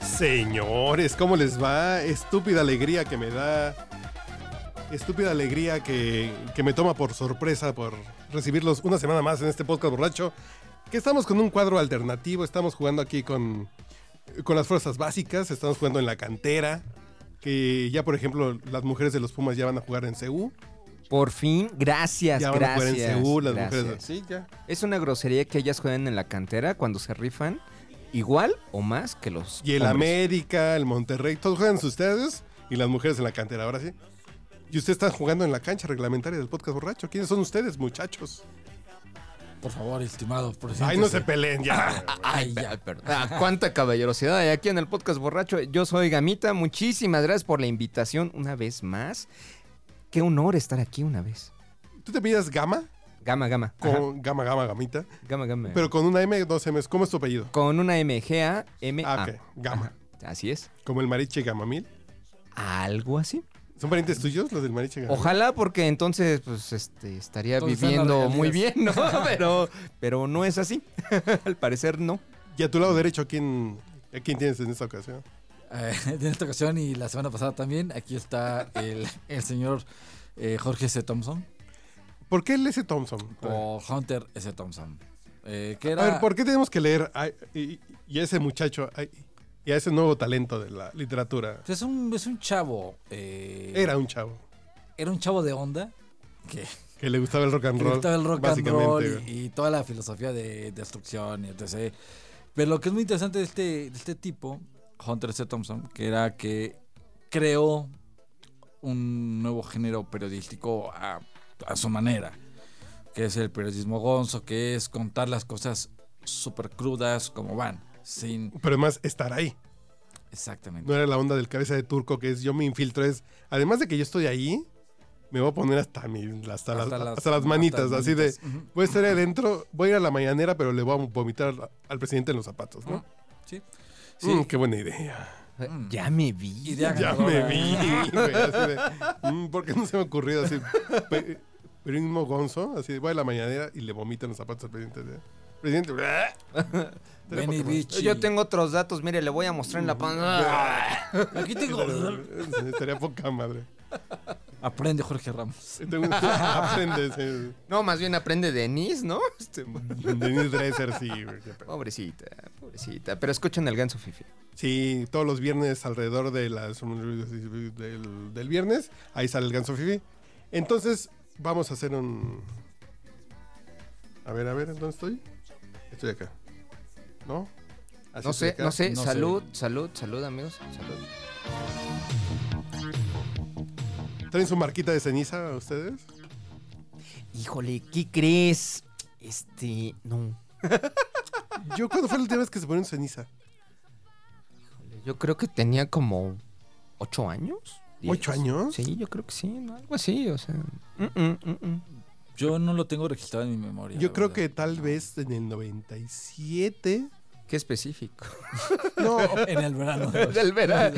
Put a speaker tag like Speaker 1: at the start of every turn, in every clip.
Speaker 1: Señores, ¿cómo les va? Estúpida alegría que me da. Estúpida alegría que, que me toma por sorpresa por recibirlos una semana más en este podcast borracho. Que estamos con un cuadro alternativo, estamos jugando aquí con, con las fuerzas básicas, estamos jugando en la cantera. Que ya, por ejemplo, las mujeres de los Pumas ya van a jugar en CU.
Speaker 2: Por fin, gracias,
Speaker 1: Ya van a jugar
Speaker 2: gracias.
Speaker 1: en CU, las
Speaker 2: gracias.
Speaker 1: mujeres. Sí, ya.
Speaker 2: Es una grosería que ellas juegan en la cantera cuando se rifan, igual o más que los.
Speaker 1: Y el
Speaker 2: hombres.
Speaker 1: América, el Monterrey, todos juegan sus ustedes y las mujeres en la cantera, ahora sí. Y ustedes están jugando en la cancha reglamentaria del podcast borracho. ¿Quiénes son ustedes, muchachos?
Speaker 3: Por favor, estimado presidente.
Speaker 1: Ay, no se peleen ya.
Speaker 3: Ay, ya.
Speaker 2: Perdón. Ah, cuánta caballerosidad hay aquí en el podcast borracho. Yo soy Gamita, muchísimas gracias por la invitación una vez más. Qué honor estar aquí una vez.
Speaker 1: Tú te pidas gama,
Speaker 2: Gama, gama.
Speaker 1: con
Speaker 2: Ajá,
Speaker 1: gama, gama, gamita,
Speaker 2: Gama, gama.
Speaker 1: pero con una M, E dos M's. ¿Cómo es tu apellido?
Speaker 2: Con una MGA, M.
Speaker 1: Ah, ok, gama.
Speaker 2: Así es.
Speaker 1: Como el Mariche Gamamil.
Speaker 2: Algo así.
Speaker 1: ¿Son parientes tuyos los del Mariche Gamamil?
Speaker 2: Ojalá, porque entonces, pues, este, estaría
Speaker 3: Entonces,
Speaker 2: viviendo
Speaker 3: las
Speaker 2: muy bien,
Speaker 3: regalías.
Speaker 2: ¿no? Pero, pero no es así. Al parecer, no.
Speaker 1: Y a tu lado derecho, ¿a quién, a quién tienes en esta ocasión?
Speaker 3: Eh, en esta ocasión y la semana pasada también, aquí está el, el señor eh, Jorge S. Thompson.
Speaker 1: ¿Por qué el S. Thompson?
Speaker 3: O Hunter S. Thompson. Eh, que
Speaker 1: A
Speaker 3: Oh, era,
Speaker 1: ver, ¿por qué tenemos que leer a- y, y a ese muchacho ay, y a ese nuevo talento de la literatura?
Speaker 3: pues es, un, es un chavo. eh,
Speaker 1: Era un chavo
Speaker 3: era un chavo de onda. Que
Speaker 1: que le gustaba el rock and
Speaker 3: que
Speaker 1: roll.
Speaker 3: le gustaba el rock and
Speaker 1: básicamente,
Speaker 3: roll
Speaker 1: güey.
Speaker 3: y, y toda la filosofía de destrucción y etc. Pero lo que es muy interesante de este, de este tipo, Hunter C. Thompson, que era que creó un nuevo género periodístico a, a su manera, que es el periodismo gonzo, que es contar las cosas súper crudas como van, sin...
Speaker 1: Pero además, estar ahí.
Speaker 3: Exactamente.
Speaker 1: No era la onda del cabeza de turco que es yo me infiltro. Es además de que yo estoy ahí, me voy a poner hasta, mi- hasta, las, hasta las manitas, así de.
Speaker 3: manitas. Ujú.
Speaker 1: Voy a estar ahí adentro, voy a ir a la mañanera, pero le voy a vomitar al presidente en los zapatos, ¿no?
Speaker 3: Sí. Sí.
Speaker 1: Mm, qué buena idea.
Speaker 3: Mm.
Speaker 2: Ya me vi.
Speaker 3: Idea
Speaker 1: Ya me
Speaker 3: ganadora.
Speaker 1: vi, güey, así de, mm, ¿Por qué no se me ha ocurrido así? Pe- Periodismo gonzo, así de, voy a la mañanera y le vomito en los zapatos al presidente. de- Presidente, ¡bleh!
Speaker 3: Benny Beach.
Speaker 2: Yo tengo otros datos, mire, le voy a mostrar en la
Speaker 3: Ah.
Speaker 2: pantalla.
Speaker 3: Aquí tengo...
Speaker 1: estaría poca madre.
Speaker 3: Aprende Jorge Ramos.
Speaker 1: Tengo- Aprendes. eh.
Speaker 2: No, más bien aprende Denise, ¿no? Este,
Speaker 1: Denise Dresser, sí. güey, qué pedo.
Speaker 2: pobrecita, pobrecita. Pero escuchen el ganso Fifi.
Speaker 1: Sí, todos los viernes alrededor de las del, del viernes, ahí sale el ganso Fifi. Entonces, vamos a hacer un. A ver, a ver, ¿dónde estoy? Estoy acá. ¿No? Así
Speaker 2: No
Speaker 1: estoy
Speaker 2: sé,
Speaker 1: acá.
Speaker 2: no sé.
Speaker 3: No sé.
Speaker 2: salud, salud, salud, amigos. Salud.
Speaker 1: ¿Traen su marquita de ceniza ustedes?
Speaker 2: Híjole, ¿qué crees? Este, no.
Speaker 1: Yo, ¿cuándo fue la última vez que se ponen ceniza?
Speaker 2: Yo creo que tenía como ocho años. diez.
Speaker 1: ¿Ocho años?
Speaker 2: Sí, yo creo que sí, ¿no? algo así, o sea. mm, mm, mm, mm.
Speaker 3: Yo no lo tengo registrado en mi memoria.
Speaker 1: Yo
Speaker 3: la
Speaker 1: creo que
Speaker 3: verdad.
Speaker 1: tal vez en el 97.
Speaker 2: Qué específico.
Speaker 1: No,
Speaker 3: En el verano.
Speaker 2: Del verano.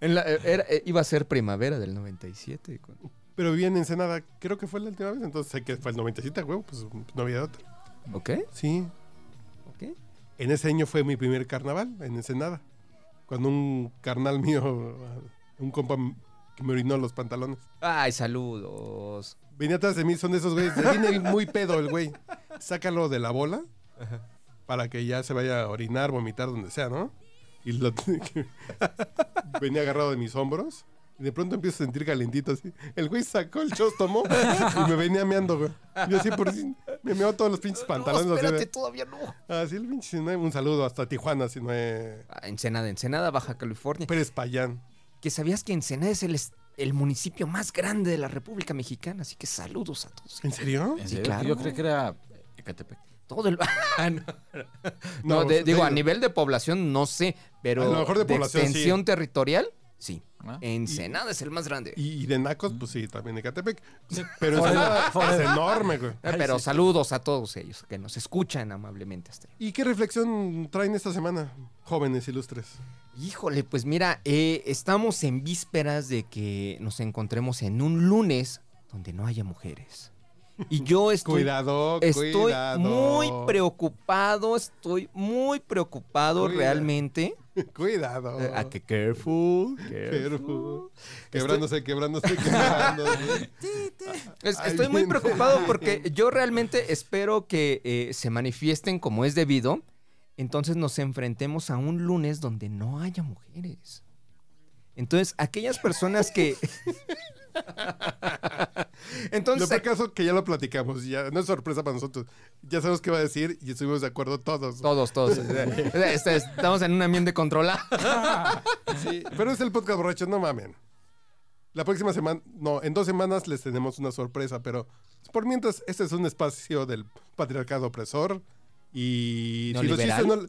Speaker 2: En la- eh, era- iba a ser primavera del 97. cu-
Speaker 1: Pero viví en Ensenada, creo que fue la última vez, entonces sé que fue el 97, huevo, pues no había otra.
Speaker 2: ¿Ok?
Speaker 1: Sí.
Speaker 2: ¿Ok?
Speaker 1: En ese año fue mi primer carnaval, en Ensenada. Cuando un carnal mío, un compa m- que me orinó los pantalones.
Speaker 2: Ay, saludos.
Speaker 1: Venía atrás de mí, son de esos güeyes. se Viene muy pedo el güey. Sácalo de la bola para que ya se vaya a orinar, vomitar, donde sea, ¿no? Y lo venía agarrado de mis hombros. Y de pronto empiezo a sentir calentito así. El güey sacó el chóstomo y me venía meando, güey. Yo así por si me meó todos los pinches pantalones.
Speaker 2: No,
Speaker 1: así,
Speaker 2: espérate,
Speaker 1: de-
Speaker 2: todavía no.
Speaker 1: así el pinche Sinaí. Un saludo hasta Tijuana, si no es
Speaker 2: Ah, Ensenada, Ensenada, Baja California.
Speaker 1: Pérez Payán.
Speaker 2: Que sabías que Ensenada es el, est- el municipio más grande de la República Mexicana, así que saludos a todos.
Speaker 1: ¿En serio?
Speaker 3: ¿En
Speaker 2: Sí,
Speaker 3: serio?
Speaker 2: claro.
Speaker 3: Yo creo que era Ecatepec.
Speaker 2: Todo el... Ah, no,
Speaker 1: No,
Speaker 2: No, de-
Speaker 1: de-
Speaker 2: digo, a nivel de población no sé, pero
Speaker 1: A lo mejor de población, sí.
Speaker 2: extensión territorial, sí.
Speaker 3: ¿Ah?
Speaker 2: Ensenada es el más grande.
Speaker 1: Y, y de Nacos, pues sí, también de Catepec. Pero Ensenada es enorme, güey.
Speaker 2: Ah, pero saludos a todos ellos que nos escuchan amablemente hasta ahí.
Speaker 1: ¿Y qué reflexión traen esta semana, jóvenes ilustres?
Speaker 2: Híjole, pues mira, eh, estamos en vísperas de que nos encontremos en un lunes donde no haya mujeres. Y yo estoy
Speaker 1: Cuidado,
Speaker 2: Estoy
Speaker 1: cuidado.
Speaker 2: muy preocupado, estoy muy preocupado
Speaker 1: Cuida.
Speaker 2: realmente.
Speaker 1: Cuidado.
Speaker 2: Eh, a que careful,
Speaker 1: Pero- Quebrándose, quebrándose, quebrándose.
Speaker 2: Es-
Speaker 1: Ay,
Speaker 2: estoy muy
Speaker 1: bien.
Speaker 2: preocupado porque yo realmente espero que eh, se manifiesten como es debido. Entonces nos enfrentemos a un lunes donde no haya mujeres. Entonces, aquellas personas que...
Speaker 1: Lo
Speaker 2: Entonces,
Speaker 1: peor caso que ya lo platicamos, ya no es sorpresa para nosotros. Ya sabemos qué va a decir y estuvimos de acuerdo todos.
Speaker 2: todos, todos. Este, Estamos en un ambiente controlado.
Speaker 1: Sí, pero es el podcast borracho, no mamen. La próxima semana, no, en dos semanas les tenemos una sorpresa, pero por mientras, este es un espacio del patriarcado opresor. Y,
Speaker 2: ¿No
Speaker 1: si, los
Speaker 2: liberal?
Speaker 1: chistes no,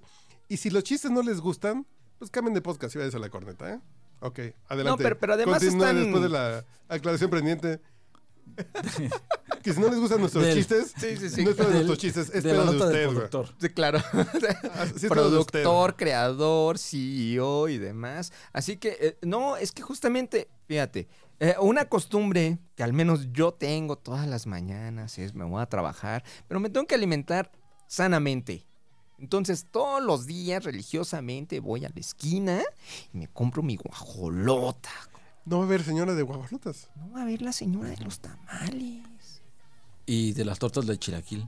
Speaker 1: y si los chistes no les gustan, pues cambien de podcast y váyanse a la corneta, ¿eh? Ok, adelante.
Speaker 2: No, pero- pero además
Speaker 1: Continúen
Speaker 2: están-
Speaker 1: después de la aclaración pendiente. que si no les gustan nuestros
Speaker 3: Del-
Speaker 1: chistes,
Speaker 2: Sí, sí, sí.
Speaker 1: no es pedo de
Speaker 3: Del-
Speaker 1: nuestros chistes, es
Speaker 3: de la
Speaker 1: pedo de
Speaker 3: nota del
Speaker 1: usted, güey.
Speaker 3: productor.
Speaker 2: Sí, claro.
Speaker 1: Así es pedo de usted.
Speaker 2: Productor, creador, CEO y demás. Así que, eh, no, es que justamente, fíjate, eh, una costumbre que al menos yo tengo todas las mañanas es me voy a trabajar, pero me tengo que alimentar sanamente. Entonces, todos los días religiosamente voy a la esquina y me compro mi guajolota.
Speaker 1: No va a haber señora de guabalotas.
Speaker 2: No va a ver la señora de los tamales.
Speaker 3: Y de las tortas de chilaquil.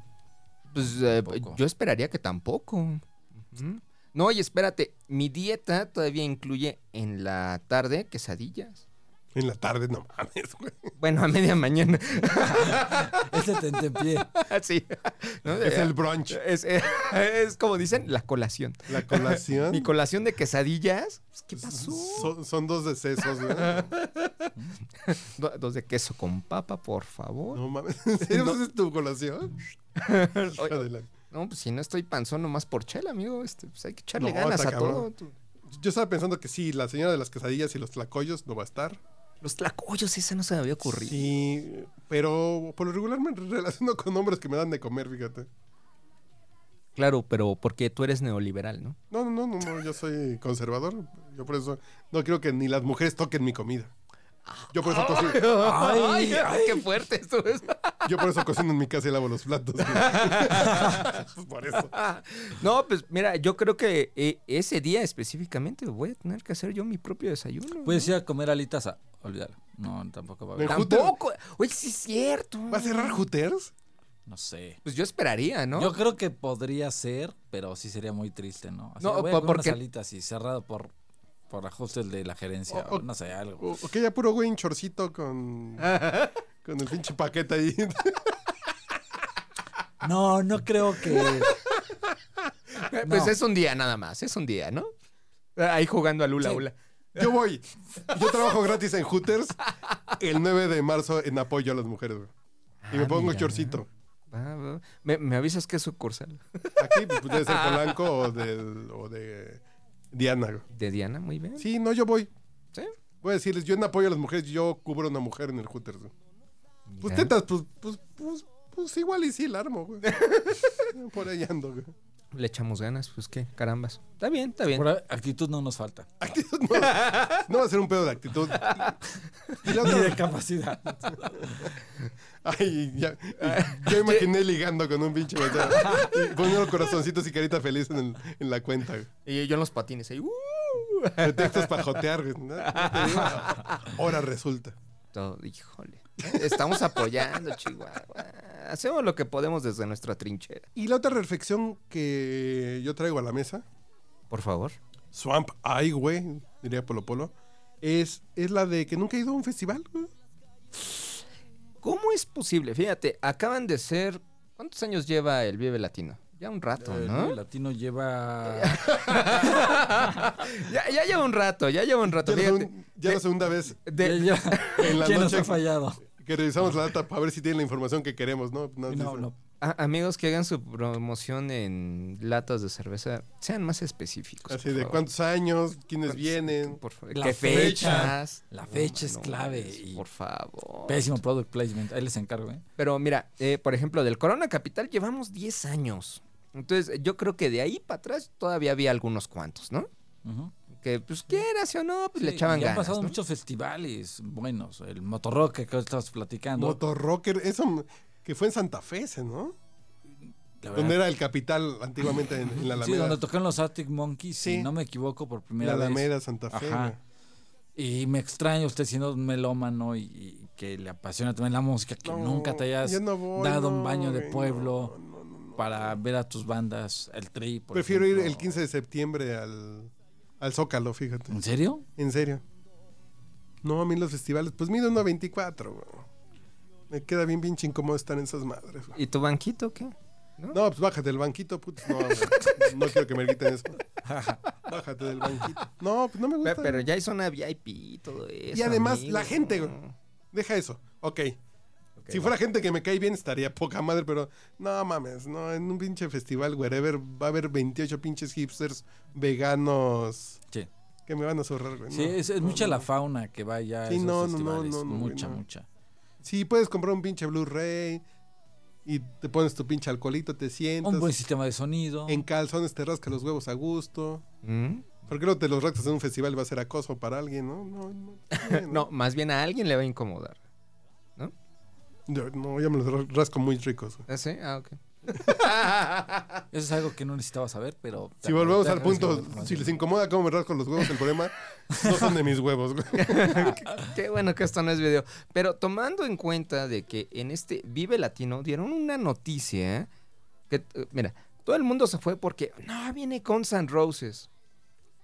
Speaker 2: Pues eh,
Speaker 3: Tampoco.
Speaker 2: yo esperaría que tampoco. Ujú. No, y espérate, mi dieta todavía incluye en la tarde quesadillas.
Speaker 1: En la tarde, no mames, güey.
Speaker 2: Bueno, a media mañana.
Speaker 3: Ese tente en pie.
Speaker 2: sí. ¿No? Eh,
Speaker 1: Es el brunch.
Speaker 2: Es- es- es como dicen, la colación.
Speaker 1: La colación.
Speaker 2: Mi colación de quesadillas. pues, ¿Qué pasó?
Speaker 1: Son, son dos decesos, güey.
Speaker 2: Do- Dos de queso con papa, por favor.
Speaker 1: No mames. ¿En serio
Speaker 2: No.
Speaker 1: esa es tu colación?
Speaker 2: Oye,
Speaker 1: Adelante.
Speaker 2: No, pues si no estoy panzón nomás por chela, amigo. Este, pues hay que echarle
Speaker 1: No,
Speaker 2: ganas
Speaker 1: está
Speaker 2: a
Speaker 1: cabrón.
Speaker 2: todo.
Speaker 1: Yo estaba pensando que sí, la señora de las quesadillas y los tlacoyos no va a estar.
Speaker 2: Los tlacoyos, esa no se me había ocurrido.
Speaker 1: Sí, pero por lo regular me relaciono con hombres que me dan de comer, fíjate.
Speaker 2: Claro, pero porque tú eres neoliberal, ¿no?
Speaker 1: No, no, no, no, no, yo soy conservador. Yo por eso no creo que ni las mujeres toquen mi comida. Yo por eso cocino,
Speaker 2: Ay,
Speaker 3: Ay,
Speaker 2: qué fuerte esto es.
Speaker 1: yo por eso cocino en mi casa y lavo los platos. güey. por eso.
Speaker 2: No, pues mira, yo creo que eh, ese día específicamente voy a tener que hacer yo mi propio desayuno.
Speaker 3: Puedes ir Pues a comer alitas a... Olvídalo. No, tampoco va a haber.
Speaker 1: Mejor-
Speaker 2: Tampoco. Oye, sí es cierto.
Speaker 1: ¿Va a cerrar Hooters?
Speaker 3: No sé.
Speaker 2: Pues yo esperaría, ¿no?
Speaker 3: Yo creo que podría ser, pero sí sería muy triste, ¿no? Así,
Speaker 2: No,
Speaker 3: voy a
Speaker 2: po-
Speaker 3: comer
Speaker 2: porque-
Speaker 3: unas alitas y cerrado por, por ajustes de la gerencia,
Speaker 1: O- o-
Speaker 3: o no sé,
Speaker 1: O,
Speaker 3: algo.
Speaker 1: o que ya puro güey en chorcito con,
Speaker 2: Eh,
Speaker 1: con el pinche paquete ahí. Ah.
Speaker 3: No, no creo que...
Speaker 2: Eh, Pues
Speaker 3: no.
Speaker 2: es un día nada más, es un día, ¿no? Eh, Ahí jugando a Lula
Speaker 3: Sí.
Speaker 2: Ula.
Speaker 1: Yo voy. Yo trabajo gratis en Hooters el 9 de marzo en apoyo a las mujeres. güey. Y me
Speaker 2: Ah,
Speaker 1: pongo
Speaker 2: mira.
Speaker 1: chorcito.
Speaker 2: Va, va. ¿Me, me avisas qué sucursal?
Speaker 1: Aquí pues, debe ser Polanco o de, o de Diana. güey.
Speaker 2: De Diana, muy bien.
Speaker 1: Sí, no, yo voy.
Speaker 2: Sí.
Speaker 1: Voy a decirles, yo en apoyo a las mujeres, yo cubro a una mujer en el Hooters. güey. Pues
Speaker 2: Mira.
Speaker 1: tetas, pues, pues, pues, pues igual y sí la armo, güey. Por ahí ando, güey.
Speaker 2: Le echamos ganas, pues qué, carambas. Está bien, está bien.
Speaker 3: Por a- actitud no nos falta.
Speaker 1: Actitud no, no va a ser un pedo de actitud. Y la
Speaker 3: Ni
Speaker 1: otra-
Speaker 3: de capacidad.
Speaker 1: Ay, ya. Yo imaginé ligando con un pinche vato. Y poniendo corazoncitos y carita feliz en, el- en la cuenta. güey.
Speaker 2: Y yo en los patines ahí. ¡uh!
Speaker 1: Pretextos para jotear. güey, ¿no? Ahora resulta.
Speaker 2: Todo, híjole. Estamos apoyando, Chihuahua. Hacemos lo que podemos desde nuestra trinchera.
Speaker 1: Y la otra reflexión que yo traigo a la mesa,
Speaker 2: Por favor.
Speaker 1: Swamp Ay, güey, diría Polo Polo, es, es la de que nunca he ido a un festival. güey.
Speaker 2: ¿Cómo es posible? Fíjate, acaban de ser. ¿Cuántos años lleva el Vive Latino? Ya un rato,
Speaker 3: Eh, El
Speaker 2: ¿no?
Speaker 3: latino lleva...
Speaker 2: Ya, ya lleva un rato, ya lleva un
Speaker 1: Ya,
Speaker 2: rato.
Speaker 1: la,
Speaker 2: Fíjate.
Speaker 1: segun- ya la segunda vez
Speaker 2: De-
Speaker 3: lleva-
Speaker 1: En la
Speaker 3: ¿Quién nos
Speaker 1: noche-
Speaker 3: ha fallado?
Speaker 1: que revisamos la data para ver si tienen la información que queremos, ¿no? Nada más
Speaker 3: No,
Speaker 1: dice-
Speaker 3: no.
Speaker 2: a- amigos que hagan su promoción en latas de cerveza, sean más específicos.
Speaker 1: Así
Speaker 2: pues, por
Speaker 1: de
Speaker 2: favor.
Speaker 1: cuántos años, quiénes
Speaker 2: ¿Cuántos-
Speaker 1: vienen.
Speaker 2: por favor,
Speaker 3: La
Speaker 2: ¿Qué
Speaker 3: fecha.
Speaker 2: fechas?
Speaker 3: La fecha es clave
Speaker 2: mames,
Speaker 3: y-
Speaker 2: Por favor.
Speaker 3: Pésimo product placement. Ahí les encargo, ¿eh?
Speaker 2: Pero mira, eh, por ejemplo, del Corona Capital llevamos 10 años. Entonces, yo creo que de ahí para atrás todavía había algunos cuantos, ¿no?
Speaker 3: Ujú.
Speaker 2: Que, pues, quieras o no, pues le
Speaker 3: Sí,
Speaker 2: echaban
Speaker 3: y Han
Speaker 2: ganas.
Speaker 3: pasado
Speaker 2: ¿no?
Speaker 3: muchos festivales buenos. El Motorrock que estabas platicando.
Speaker 1: Motorrocker, eso m- que fue en Santa Fe, ese, ¿no?
Speaker 3: La verdad-
Speaker 1: Donde era el capital antiguamente en, en la
Speaker 3: Sí,
Speaker 1: Alameda.
Speaker 3: donde tocaron los Arctic Monkeys,
Speaker 1: Sí.
Speaker 3: si no me equivoco, por
Speaker 1: la
Speaker 3: primera vez.
Speaker 1: Alameda, Santa Fe.
Speaker 3: Ajá. Y me extraña usted siendo un melómano y, y que le apasiona también la música, que
Speaker 1: No,
Speaker 3: nunca te hayas
Speaker 1: yo no voy,
Speaker 3: dado un
Speaker 1: no,
Speaker 3: baño de
Speaker 1: güey,
Speaker 3: pueblo
Speaker 1: no, no, no, no.
Speaker 3: para ver a tus bandas, el Tri. por
Speaker 1: Prefiero ir
Speaker 3: ejemplo.
Speaker 1: el 15 de septiembre al, al Zócalo, fíjate.
Speaker 3: ¿En serio?
Speaker 1: En serio. No, a mí los festivales, pues mido 1.24, güey. Me queda bien pinche incómodo estar en esas madres, güey.
Speaker 2: ¿Y tu banquito qué?
Speaker 1: No, pues bájate del banquito, puto. No, güey. no quiero que me quiten eso. Bájate del banquito. No, pues no me
Speaker 2: Pe-
Speaker 1: gusta.
Speaker 2: Pero ya hay zona VIP y todo eso.
Speaker 1: además,
Speaker 2: amigo,
Speaker 1: la gente, güey.
Speaker 2: ¿no?
Speaker 1: Deja eso. Ok.
Speaker 2: Ok,
Speaker 1: si
Speaker 2: va.
Speaker 1: fuera gente que me cae bien, estaría poca madre, pero no mames, no. En un pinche festival, wherever, va a haber 28 pinches hipsters veganos
Speaker 3: Sí.
Speaker 1: que me van a zorrar, güey.
Speaker 3: Sí,
Speaker 1: Pues no,
Speaker 3: es, es
Speaker 1: no,
Speaker 3: mucha
Speaker 1: no,
Speaker 3: la
Speaker 1: no.
Speaker 3: fauna que va ya a
Speaker 1: Sí,
Speaker 3: esos
Speaker 1: no, no, no,
Speaker 3: festivales.
Speaker 1: no, no, güey,
Speaker 3: mucha,
Speaker 1: no.
Speaker 3: mucha.
Speaker 1: Sí, puedes comprar un pinche Blu-ray y te pones tu pinche alcoholito, te sientas.
Speaker 3: Un buen sistema de sonido.
Speaker 1: En calzones te rascas los huevos a gusto.
Speaker 2: ¿Mm?
Speaker 1: Porque no te los rascas en un festival va a ser acoso para alguien, ¿no? No, no. eh,
Speaker 2: No, más bien a alguien le va a incomodar.
Speaker 1: Yo- no, ya me los ra- rasco muy ricos. güey.
Speaker 2: ¿Ah, sí? Ah, ok.
Speaker 3: Eso es algo que no necesitaba saber, pero...
Speaker 1: Si volvemos al punto,
Speaker 3: Gracias.
Speaker 1: si les incomoda cómo me rasco los huevos, el problema no son de mis huevos, güey.
Speaker 2: Qué bueno que esto no es video. Pero tomando en cuenta de que en este Vive Latino dieron una noticia que, eh, mira, todo el mundo se fue porque, no, viene Guns N' Roses.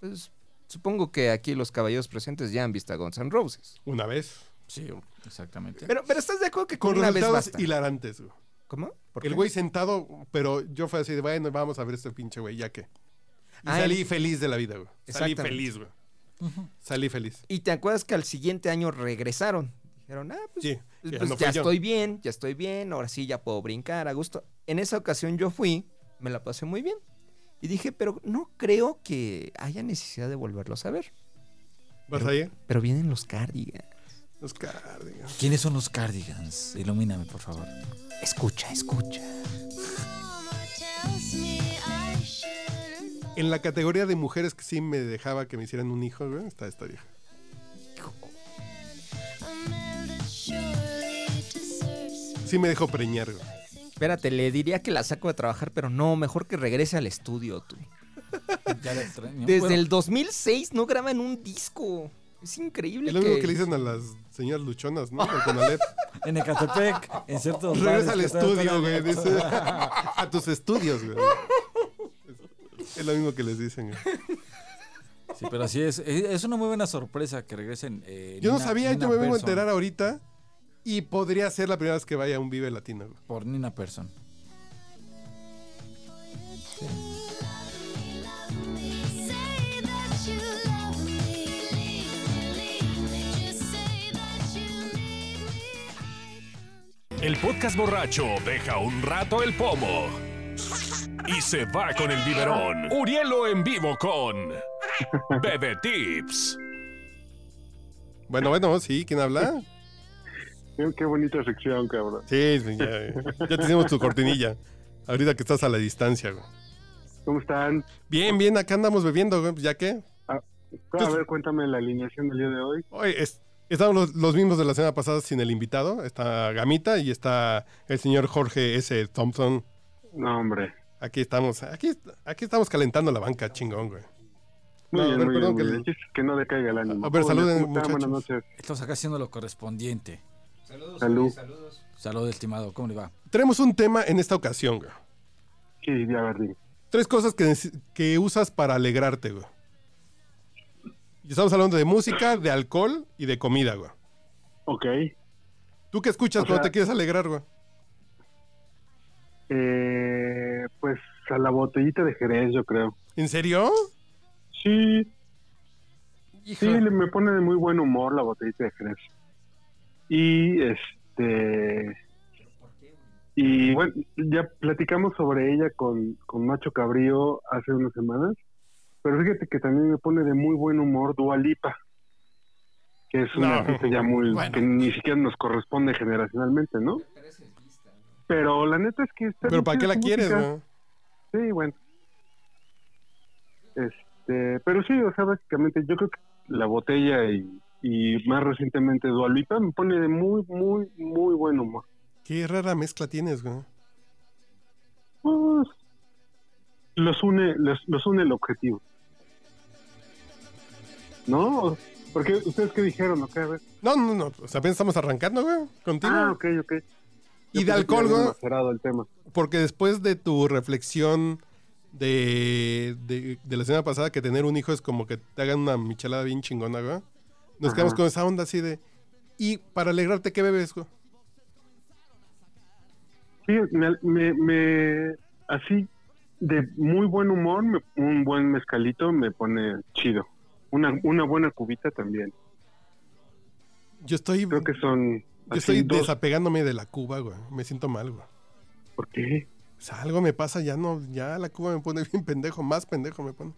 Speaker 2: Pues, supongo que aquí los caballeros presentes ya han visto a Guns N' Roses.
Speaker 1: Una vez.
Speaker 3: Sí, exactamente.
Speaker 2: Pero, pero ¿estás de acuerdo que con,
Speaker 1: Con
Speaker 2: una vez
Speaker 1: resultados
Speaker 2: basta?
Speaker 1: hilarantes, güey.
Speaker 2: ¿Cómo? ¿Por
Speaker 1: El
Speaker 2: qué?
Speaker 1: güey sentado, pero yo fue así de, bueno, vamos a ver este pinche güey, ya que. Y
Speaker 2: Ah,
Speaker 1: salí
Speaker 2: el-
Speaker 1: feliz de la vida, güey. Salí
Speaker 2: Exactamente.
Speaker 1: feliz, güey.
Speaker 3: Ujú.
Speaker 1: Salí feliz.
Speaker 2: Y te acuerdas que al siguiente año regresaron. Dijeron, ah, pues,
Speaker 1: Sí,
Speaker 2: pues,
Speaker 1: ya
Speaker 2: pues,
Speaker 1: no fui
Speaker 2: ya
Speaker 1: yo.
Speaker 2: estoy bien, ya estoy bien, ahora sí ya puedo brincar a gusto. En esa ocasión yo fui, me la pasé muy bien. Y dije, pero no creo que haya necesidad de volverlos a ver.
Speaker 1: ¿Vas ahí?
Speaker 2: Pero vienen los Cardigan.
Speaker 1: Los cardigans.
Speaker 3: ¿Quiénes son los Cardigans? Ilumíname, por favor.
Speaker 2: Escucha, escucha.
Speaker 1: En la categoría de mujeres que sí me dejaba que me hicieran un hijo, güey, está esta vieja. Sí me dejó preñar, güey.
Speaker 2: Espérate, le diría que la saco de trabajar, pero no, mejor que regrese al estudio tú.
Speaker 3: Ya la extraño.
Speaker 2: Desde
Speaker 3: Bueno,
Speaker 2: el 2006 no graban un disco. Es increíble.
Speaker 1: Es lo mismo
Speaker 2: que-
Speaker 1: que le dicen a las señoras luchonas, ¿no? Del Conalep.
Speaker 3: En Ecatepec, en ciertos bares
Speaker 1: Regresa al
Speaker 3: que están
Speaker 1: estudio,
Speaker 3: tocando-
Speaker 1: güey. dice. a tus estudios, güey. Es lo mismo que les dicen, güey.
Speaker 3: Sí, pero así es. Es es una muy buena sorpresa que regresen. eh,
Speaker 1: Yo no
Speaker 3: Nina-
Speaker 1: sabía,
Speaker 3: Nina
Speaker 1: yo me vengo a
Speaker 3: Persson
Speaker 1: enterar ahorita. Y podría ser la primera vez que vaya a un Vive Latino, güey.
Speaker 3: Por Nina Person.
Speaker 4: El podcast borracho deja un rato el pomo y se va con el biberón. Urielo en vivo con Bebe Tips.
Speaker 1: Bueno, bueno, sí, ¿quién habla?
Speaker 5: Qué, qué bonita sección, cabrón.
Speaker 1: Sí, sí, ya, ya te hicimos tu cortinilla. Ahorita que estás a la distancia, güey.
Speaker 5: ¿Cómo están? Ah,
Speaker 1: Bien, bien, acá andamos bebiendo, güey. ¿Ya qué?
Speaker 5: A ver, cuéntame la alineación del día de hoy.
Speaker 1: Hoy es- estamos los, los mismos de la semana pasada sin el invitado. Está Gamita y está el señor Jorge S. Thompson.
Speaker 5: No, hombre.
Speaker 1: Aquí estamos, aquí, aquí estamos calentando la banca, chingón, güey.
Speaker 5: Muy
Speaker 1: No,
Speaker 5: bien,
Speaker 1: a ver,
Speaker 5: muy bien, muy
Speaker 1: perdón que
Speaker 5: bien. El chiste es Que no decaiga el ánimo.
Speaker 1: a ver,
Speaker 5: Jóvenes,
Speaker 1: saluden,
Speaker 5: ¿cómo están? Buenas
Speaker 1: muchachos.
Speaker 5: noches.
Speaker 3: Estamos acá haciendo lo correspondiente.
Speaker 2: Saludos,
Speaker 5: Salud.
Speaker 2: Luis, saludos.
Speaker 3: Salud, estimado. ¿Cómo le va?
Speaker 1: Tenemos un tema en esta ocasión, güey.
Speaker 5: Sí, ya, a ver, dime.
Speaker 1: Tres cosas que, que usas para alegrarte, güey. Y estamos hablando de música, de alcohol y de comida, güey.
Speaker 5: Ok.
Speaker 1: ¿Tú qué escuchas
Speaker 5: O
Speaker 1: cuando
Speaker 5: sea-
Speaker 1: te quieres alegrar, güey?
Speaker 5: Eh, pues a la botellita de Jerez, yo creo.
Speaker 1: ¿En serio?
Speaker 5: Sí, sí,
Speaker 1: Híjole.
Speaker 5: le- me pone de muy buen humor la botellita de Jerez. Y este. Y bueno, ya platicamos sobre ella con, con Macho Cabrío hace unas semanas, pero fíjate que también me pone de muy buen humor Dualipa, que es una
Speaker 1: No.
Speaker 5: artista ya muy,
Speaker 1: Bueno.
Speaker 5: que ni siquiera nos corresponde generacionalmente, ¿no? Pero la neta es que... está
Speaker 1: Pero
Speaker 5: bien
Speaker 1: ¿para qué
Speaker 5: chida
Speaker 1: la
Speaker 5: su
Speaker 1: quieres,
Speaker 5: música.
Speaker 1: güey?
Speaker 5: Sí, bueno. Este, pero sí, o sea, básicamente yo creo que la botella y, y más recientemente Dualipa me pone de muy, muy, muy buen humor.
Speaker 1: Qué rara mezcla tienes, güey.
Speaker 5: Pues, los une, los, los une el objetivo. ¿No? Porque ustedes qué dijeron, ok, a ver.
Speaker 1: No, no, no. O sea, apenas estamos arrancando, güey. Contigo.
Speaker 5: Ah, ok, ok. Yo
Speaker 1: y de
Speaker 5: pensé que ya
Speaker 1: alcohol,
Speaker 5: había
Speaker 1: güey.
Speaker 5: macerado el tema.
Speaker 1: Porque después de tu reflexión de, de, de la semana pasada, que tener un hijo es como que te hagan una michelada bien chingona, güey. Nos
Speaker 5: Ajá.
Speaker 1: quedamos con esa onda así de. Y para alegrarte, ¿qué bebes, güey?
Speaker 5: Sí, me, me, me- así de muy buen humor, me- un buen mezcalito me pone chido. Una, una buena cubita también.
Speaker 1: Yo estoy.
Speaker 5: Creo que son
Speaker 1: Yo
Speaker 5: así
Speaker 1: estoy
Speaker 5: dos.
Speaker 1: desapegándome de la Cuba, güey. Me siento mal, güey.
Speaker 5: ¿Por qué?
Speaker 1: O sea, algo me pasa, ya no, ya la Cuba me pone bien pendejo, más pendejo me pone.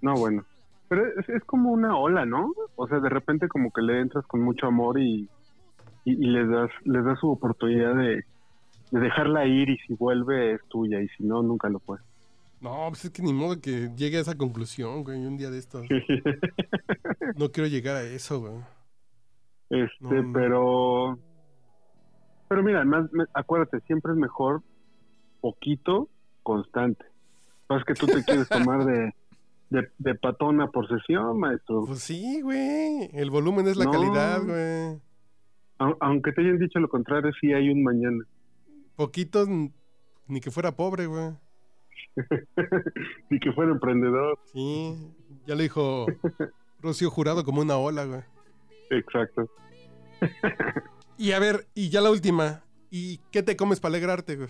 Speaker 5: No, bueno. Pero es, es como una ola, ¿no? O sea, de repente como que le entras con mucho amor y, y, y les das les das su oportunidad de, de dejarla ir y si vuelve es tuya y si no, nunca lo puedes.
Speaker 1: No, pues es que ni modo que llegue a esa conclusión, güey, un día de estos. No quiero llegar a eso, güey.
Speaker 5: Este,
Speaker 1: No, no.
Speaker 5: pero. Pero mira, más, me- acuérdate, siempre es mejor poquito, constante. Lo que pasa es que tú te quieres tomar de, de, de patona por sesión, maestro.
Speaker 1: Pues sí, güey, el volumen es la
Speaker 5: No.
Speaker 1: calidad, güey.
Speaker 5: Au- aunque te hayan dicho lo contrario, sí hay un mañana.
Speaker 1: Poquitos, n- ni que fuera pobre, güey.
Speaker 5: Y que fuera emprendedor.
Speaker 1: Sí, ya lo dijo Rocío Jurado como una ola, güey.
Speaker 5: Exacto.
Speaker 1: Y a ver, y ya la última, ¿y qué te comes para alegrarte, güey?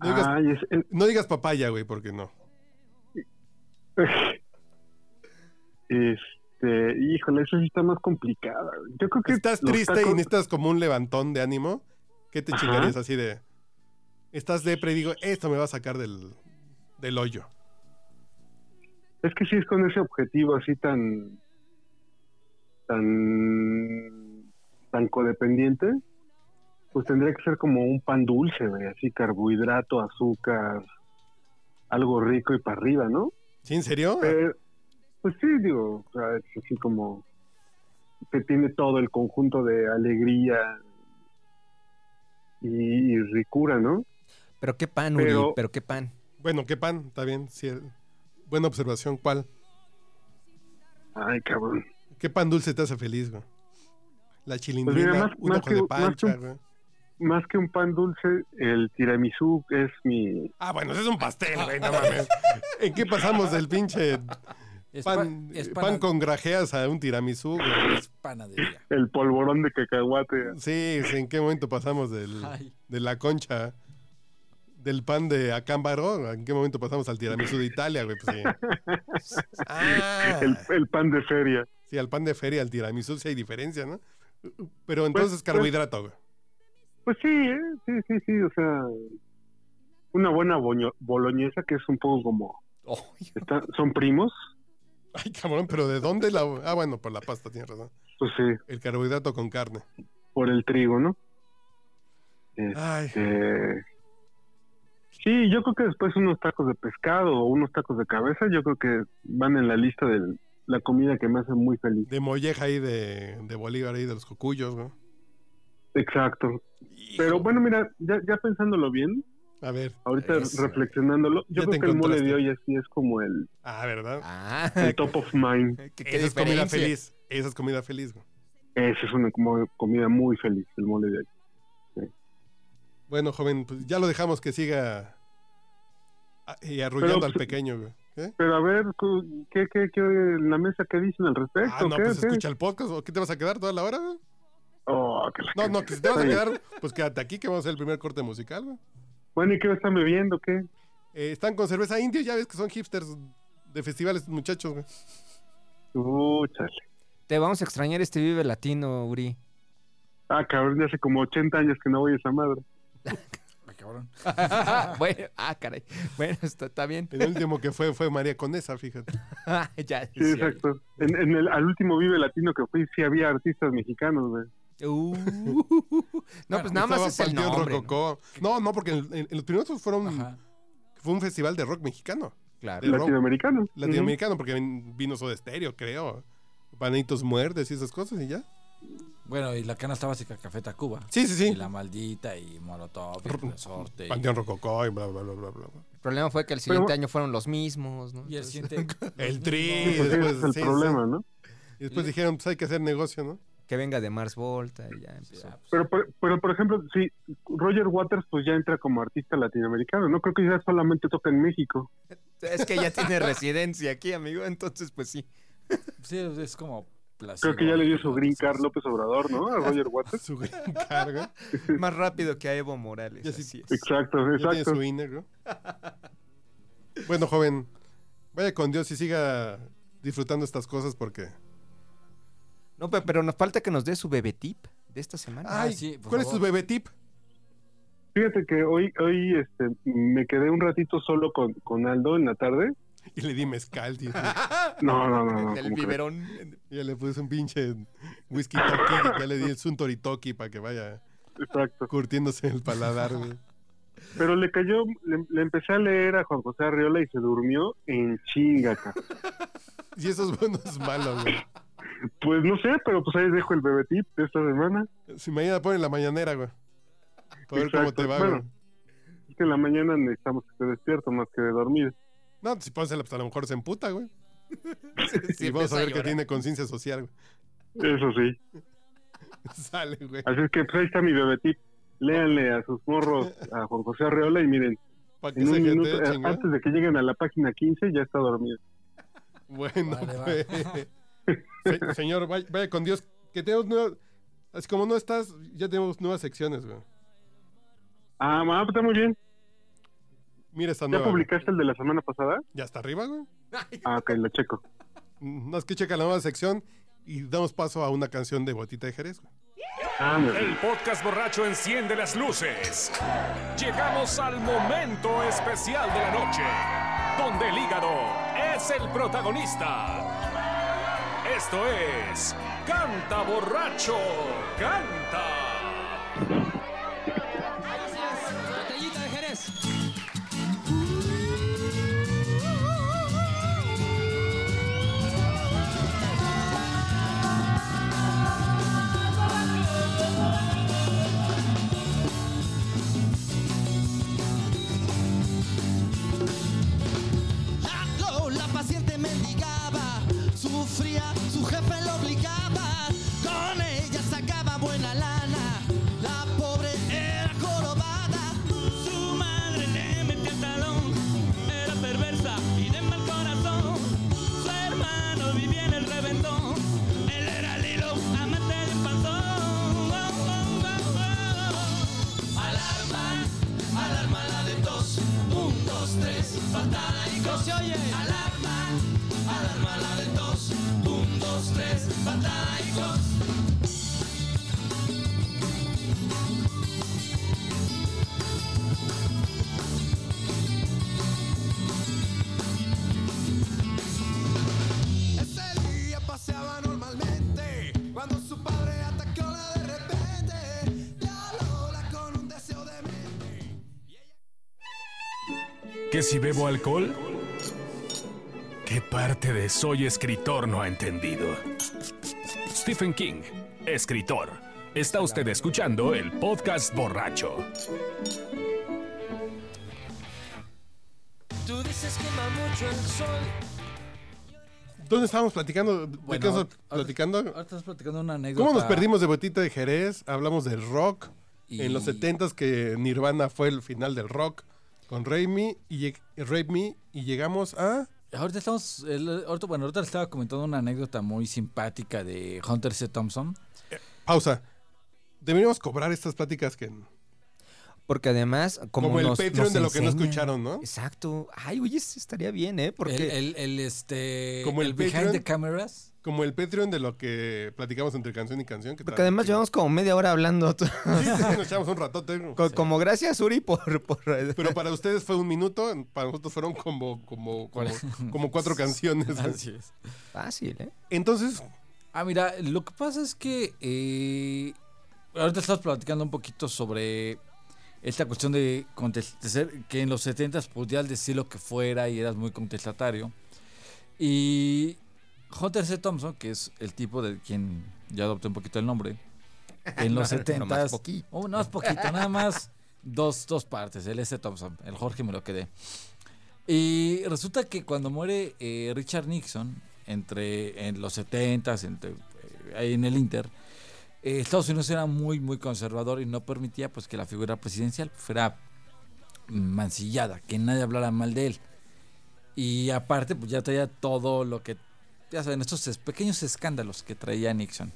Speaker 1: No digas,
Speaker 5: Ay, es, es-
Speaker 1: no digas papaya, güey, porque no.
Speaker 5: este, híjole, eso sí está más complicada. Yo creo que.
Speaker 1: estás
Speaker 5: los
Speaker 1: triste y
Speaker 5: tacos-
Speaker 1: necesitas como un levantón de ánimo, ¿qué te
Speaker 5: Ajá.
Speaker 1: chingarías así de? Estás depre y digo, esto me va a sacar del, del hoyo.
Speaker 5: Es que sí es con ese objetivo así tan tan tan codependiente, pues tendría que ser como un pan dulce, güey, así carbohidrato, azúcar, algo rico y para arriba, ¿no?
Speaker 1: ¿Sí, en serio?
Speaker 5: Pero, pues sí, digo, o sea, es así como que tiene todo el conjunto de alegría y, y ricura, ¿no?
Speaker 2: Pero qué pan, Uri,
Speaker 5: Pero-
Speaker 2: pero qué pan.
Speaker 1: Bueno, qué pan, está bien. sí, eh, buena observación, ¿cuál?
Speaker 5: Ay, cabrón.
Speaker 1: ¿Qué pan dulce te hace feliz, güey? La chilindrina,
Speaker 5: Pues mira, más-
Speaker 1: un
Speaker 5: más
Speaker 1: ojo
Speaker 5: que-
Speaker 1: de
Speaker 5: más
Speaker 1: pancha,
Speaker 5: que un-
Speaker 1: güey.
Speaker 5: Más que un pan dulce, el tiramisú es mi
Speaker 1: Ah, bueno, ese es un pastel, güey, no mames. ¿En qué pasamos del pinche
Speaker 3: Es
Speaker 1: pan,
Speaker 3: pa- es
Speaker 1: pan
Speaker 3: pana-
Speaker 1: con grajeas a un tiramisú, güey?
Speaker 3: Es panadería.
Speaker 5: El polvorón de cacahuate.
Speaker 1: Sí, sí, ¿en qué momento pasamos del,
Speaker 3: Ay.
Speaker 1: de la concha del pan de acámbaro? ¿En qué momento pasamos al tiramisú de Italia, güey? Pues sí. Ah,
Speaker 5: El, el pan de feria.
Speaker 1: sí, al pan de feria, al tiramisú, sí hay diferencia, ¿no? Pero entonces
Speaker 5: pues-
Speaker 1: carbohidrato, güey.
Speaker 5: Pues sí, ¿eh? sí, sí, sí. O sea, una buena boño- boloñesa que es un poco como.
Speaker 3: Ay,
Speaker 5: está- son primos.
Speaker 1: Ay, cabrón, pero ¿de dónde la...? Ah, bueno, por la pasta, tienes razón.
Speaker 5: Pues sí,
Speaker 1: El carbohidrato con carne.
Speaker 5: por el trigo, ¿no?
Speaker 1: Ay,
Speaker 5: Eh, sí, yo creo que después unos tacos de pescado o unos tacos de cabeza, yo creo que van en la lista de la comida que me hace muy feliz.
Speaker 1: de molleja ahí de, de Bolívar ahí de los cocuyos, güey.
Speaker 5: Exacto. Pero bueno, mira, ya, ya pensándolo bien,
Speaker 1: A ver.
Speaker 5: ahorita
Speaker 2: Eso,
Speaker 5: reflexionándolo, yo
Speaker 1: Ya te
Speaker 5: creo que el mole de
Speaker 1: encontraste.
Speaker 5: hoy así es como el,
Speaker 1: Ah, ¿verdad?
Speaker 2: Ah,
Speaker 5: el top of mind.
Speaker 2: qué, qué
Speaker 1: Esa es comida
Speaker 2: diferencia.
Speaker 1: feliz. Esa es comida feliz, güey.
Speaker 5: Esa es una como- comida muy feliz, el mole de hoy.
Speaker 1: Bueno, joven, pues ya lo dejamos que siga a- y arrullando
Speaker 5: Pero,
Speaker 1: al
Speaker 5: pues,
Speaker 1: pequeño, güey. ¿Qué?
Speaker 5: Pero a ver, cu- ¿qué, qué, qué, en la mesa qué dicen al respecto?
Speaker 1: Ah, no,
Speaker 5: ¿Qué,
Speaker 1: pues
Speaker 5: qué?
Speaker 1: escucha el podcast. ¿o ¿Qué te vas a quedar toda la hora? güey?
Speaker 5: Oh, que la
Speaker 1: No,
Speaker 5: can-
Speaker 1: no, que si te vas a
Speaker 5: Oye,
Speaker 1: quedar, pues quédate aquí que vamos a hacer el primer corte musical, güey.
Speaker 5: Bueno, ¿y qué están bebiendo? ¿Qué?
Speaker 1: Eh, están con cerveza indio, ya ves que son hipsters de festivales, muchachos, güey.
Speaker 5: Uh, chale.
Speaker 2: Te vamos a extrañar este Vive Latino, Uri.
Speaker 5: Ah, cabrón, ya hace como 80 años que no voy a esa madre.
Speaker 3: Ay, ah, cabrón.
Speaker 2: bueno, ah, caray. Bueno, está, está bien. Ah,
Speaker 1: El último que fue fue María Condesa, fíjate.
Speaker 2: ya,
Speaker 5: Sí,
Speaker 2: sí.
Speaker 5: exacto. En, en el, al último Vive Latino que fui, sí había artistas mexicanos, güey.
Speaker 2: Uh, no, pues nada más
Speaker 1: Estaba
Speaker 2: es el
Speaker 1: Panteón
Speaker 2: nombre. ¿no?
Speaker 1: Rococó. ¿no? no, porque en- en- en los primeros fueron
Speaker 3: Ajá.
Speaker 1: fue un festival de rock mexicano,
Speaker 2: Claro.
Speaker 1: El rock.
Speaker 5: Latinoamericanos.
Speaker 1: latinoamericano, porque vin- vino Soda Stereo, creo. Panitos Muertes y esas cosas y ya.
Speaker 3: Bueno, y la canasta básica Café Tacuba.
Speaker 1: Sí, sí,
Speaker 3: Y
Speaker 1: sí.
Speaker 3: la maldita y Molotov y el resorte. y-
Speaker 1: Panteón Rococó y bla, bla, bla, bla, bla.
Speaker 2: El problema fue que el siguiente
Speaker 5: Pero-
Speaker 2: año fueron los mismos, ¿no?
Speaker 3: Y el
Speaker 2: Entonces,
Speaker 3: siguiente.
Speaker 1: El tri.
Speaker 5: Pues sí, ese
Speaker 1: después,
Speaker 5: es el
Speaker 1: sí, sí.
Speaker 5: problema, ¿no?
Speaker 1: Y después dijeron, pues hay que hacer negocio, ¿no?
Speaker 2: que venga de Mars Volta y ya empezó.
Speaker 3: Ah, pues,
Speaker 5: Pero, por- pero, por ejemplo, sí, Roger Waters pues ya entra como artista latinoamericano, ¿no? Creo que ya solamente toca en México.
Speaker 2: Es que ya tiene residencia aquí, amigo, entonces pues sí.
Speaker 3: pues, Sí, es como
Speaker 5: Creo
Speaker 3: placebo.
Speaker 5: que ya le dio su green card López Obrador, ¿no? A Roger Waters.
Speaker 1: Su gran carga.
Speaker 2: Más rápido que a Evo Morales.
Speaker 1: Ya sí.
Speaker 2: así es.
Speaker 5: Exacto,
Speaker 1: Ya tiene
Speaker 5: exacto.
Speaker 1: su INE, ¿no? Bueno, joven, vaya con Dios y siga disfrutando estas cosas porque...
Speaker 2: No, pe- pero nos falta que nos dé su bebé tip de esta semana.
Speaker 1: Ay,
Speaker 3: Ah, sí, por
Speaker 1: ¿cuál es tu
Speaker 3: favor.
Speaker 1: bebé tip?
Speaker 5: Fíjate que hoy hoy este me quedé un ratito solo con, con Aldo en la tarde.
Speaker 1: Y le di mezcal, tío.
Speaker 5: No, no, no. no
Speaker 2: del
Speaker 5: ¿cómo crees?
Speaker 2: biberón.
Speaker 1: Ya le puse un pinche whisky toki, ya le di el suntory toki para que vaya
Speaker 5: Exacto.
Speaker 1: curtiéndose el paladar. güey.
Speaker 5: Pero le cayó, le, le empecé a leer a Juan José Arriola y se durmió en chinga, cabrón.
Speaker 1: Y eso es bueno, es malo, güey.
Speaker 5: Pues no sé, pero pues ahí les dejo el bebé tip de esta semana.
Speaker 1: Si mañana ponen la mañanera, güey. Para ver cómo te
Speaker 5: Exacto,
Speaker 1: va,
Speaker 5: bueno.
Speaker 1: güey.
Speaker 5: Es que en la mañana necesitamos que esté despierto más que de dormir.
Speaker 1: No, si pónsela, pues a lo mejor se emputa, güey.
Speaker 2: Sí,
Speaker 1: y vamos
Speaker 2: empieza
Speaker 1: a ver que
Speaker 2: llorar.
Speaker 1: tiene conciencia social, güey.
Speaker 5: Eso sí.
Speaker 1: Sale, güey.
Speaker 5: Así es que pues ahí está mi bebé tip. Léanle a sus morros a Juan José Arreola y miren,
Speaker 1: Para que
Speaker 5: en
Speaker 1: se
Speaker 5: un minuto,
Speaker 1: gente
Speaker 5: eh,
Speaker 1: chingón.
Speaker 5: antes de que lleguen a la página 15 ya está dormido.
Speaker 1: Bueno,
Speaker 3: Vale, va.
Speaker 1: pues. Se- señor, vaya, vaya con Dios. Que tenemos nuevas. Así como no estás, ya tenemos nuevas secciones, güey.
Speaker 5: Ah, ma, pues está muy bien.
Speaker 1: Mira esta
Speaker 5: ¿Ya
Speaker 1: nueva. güey.
Speaker 5: publicaste el de la semana pasada?
Speaker 1: Ya está arriba, güey.
Speaker 5: Ah, ok, lo checo.
Speaker 1: No es que checa la nueva sección y damos paso a una canción de Botita de Jerez. güey.
Speaker 5: Ah, me-
Speaker 4: El podcast borracho enciende las luces. Llegamos al momento especial de la noche, donde el hígado es el protagonista. Esto es Canta Borracho, canta.
Speaker 6: Botellita de Jerez. Aldo, la paciente mendigaba, sufría, su jefe lo obligaba, con ella sacaba buena lana, la pobre era jorobada, su madre le metía el talón, era perversa y de mal corazón, su hermano vivía en el reventón, él era Lilo, amante de un panzón. Oh, oh, oh, oh. Alarma, alarma la de tos, un, dos, tres, patada y cos. Se oye. Alarma, alarma la de tos, un, dos, tres, patada y cos. Ese día paseaba normalmente cuando su padre atacó la de repente. Dialoga con un deseo de mente.
Speaker 4: ¿Que si bebo alcohol? ¿Qué parte de soy escritor no ha entendido? Stephen King, escritor. Está usted escuchando el podcast borracho.
Speaker 6: Tú dices quema mucho el sol.
Speaker 1: ¿Dónde estábamos platicando? ¿De
Speaker 3: Bueno,
Speaker 1: qué estábamos
Speaker 3: ahorita-
Speaker 1: platicando?
Speaker 3: Ahora estás platicando una anécdota.
Speaker 1: ¿Cómo nos perdimos de Botita de Jerez? Hablamos del rock.
Speaker 3: Y-
Speaker 1: En los 70s que Nirvana fue el final del rock con Rape Me y, lleg- Rape Me, y llegamos a...
Speaker 3: Ahorita estamos. el- ahorita, bueno, ahorita les estaba comentando una anécdota muy simpática de Hunter C. Thompson.
Speaker 1: Pausa. Deberíamos cobrar estas pláticas que...
Speaker 2: Porque además, como,
Speaker 1: Como el
Speaker 2: nos-
Speaker 1: Patreon
Speaker 2: nos
Speaker 1: de lo que no
Speaker 2: enseña.
Speaker 1: escucharon, ¿no?
Speaker 2: Exacto. Ay, oye, eso estaría bien, ¿eh? Porque
Speaker 3: El, el, el, este.
Speaker 1: Como el
Speaker 3: behind
Speaker 1: Patreon.
Speaker 3: the cameras.
Speaker 1: como el Patreon de lo que platicamos entre canción y canción. Que
Speaker 2: Porque
Speaker 1: está-
Speaker 2: además llevamos como media hora hablando. tú.
Speaker 1: Sí, sí, sí, nos echamos un ratote.
Speaker 2: Co- Como gracias, Uri, por... por-
Speaker 1: Pero para ustedes fue un minuto, para nosotros fueron como, como, como, como cuatro canciones.
Speaker 3: Así es.
Speaker 2: Fácil, ¿eh?
Speaker 1: Entonces,
Speaker 3: Ah, mira, lo que pasa es que eh, ahorita estás platicando un poquito sobre esta cuestión de contestar, que en los 70s podías decir lo que fuera y eras muy contestatario. Y Hunter C. Thompson, que es el tipo de quien ya adopté un poquito el nombre, en los
Speaker 2: No, no,
Speaker 3: 70s...
Speaker 2: nomás poquito.
Speaker 3: Oh, no, es poquito, nada más dos, dos partes, el S. Thompson, el Jorge me lo quedé. Y resulta que cuando muere eh, Richard Nixon, entre en los 70s, entre, eh, ahí en el Inter, eh, Estados Unidos era muy, muy conservador y no permitía pues, que la figura presidencial fuera mancillada, que nadie hablara mal de él. Y aparte, pues ya traía todo lo que, ya saben, estos es- pequeños escándalos que traía Nixon.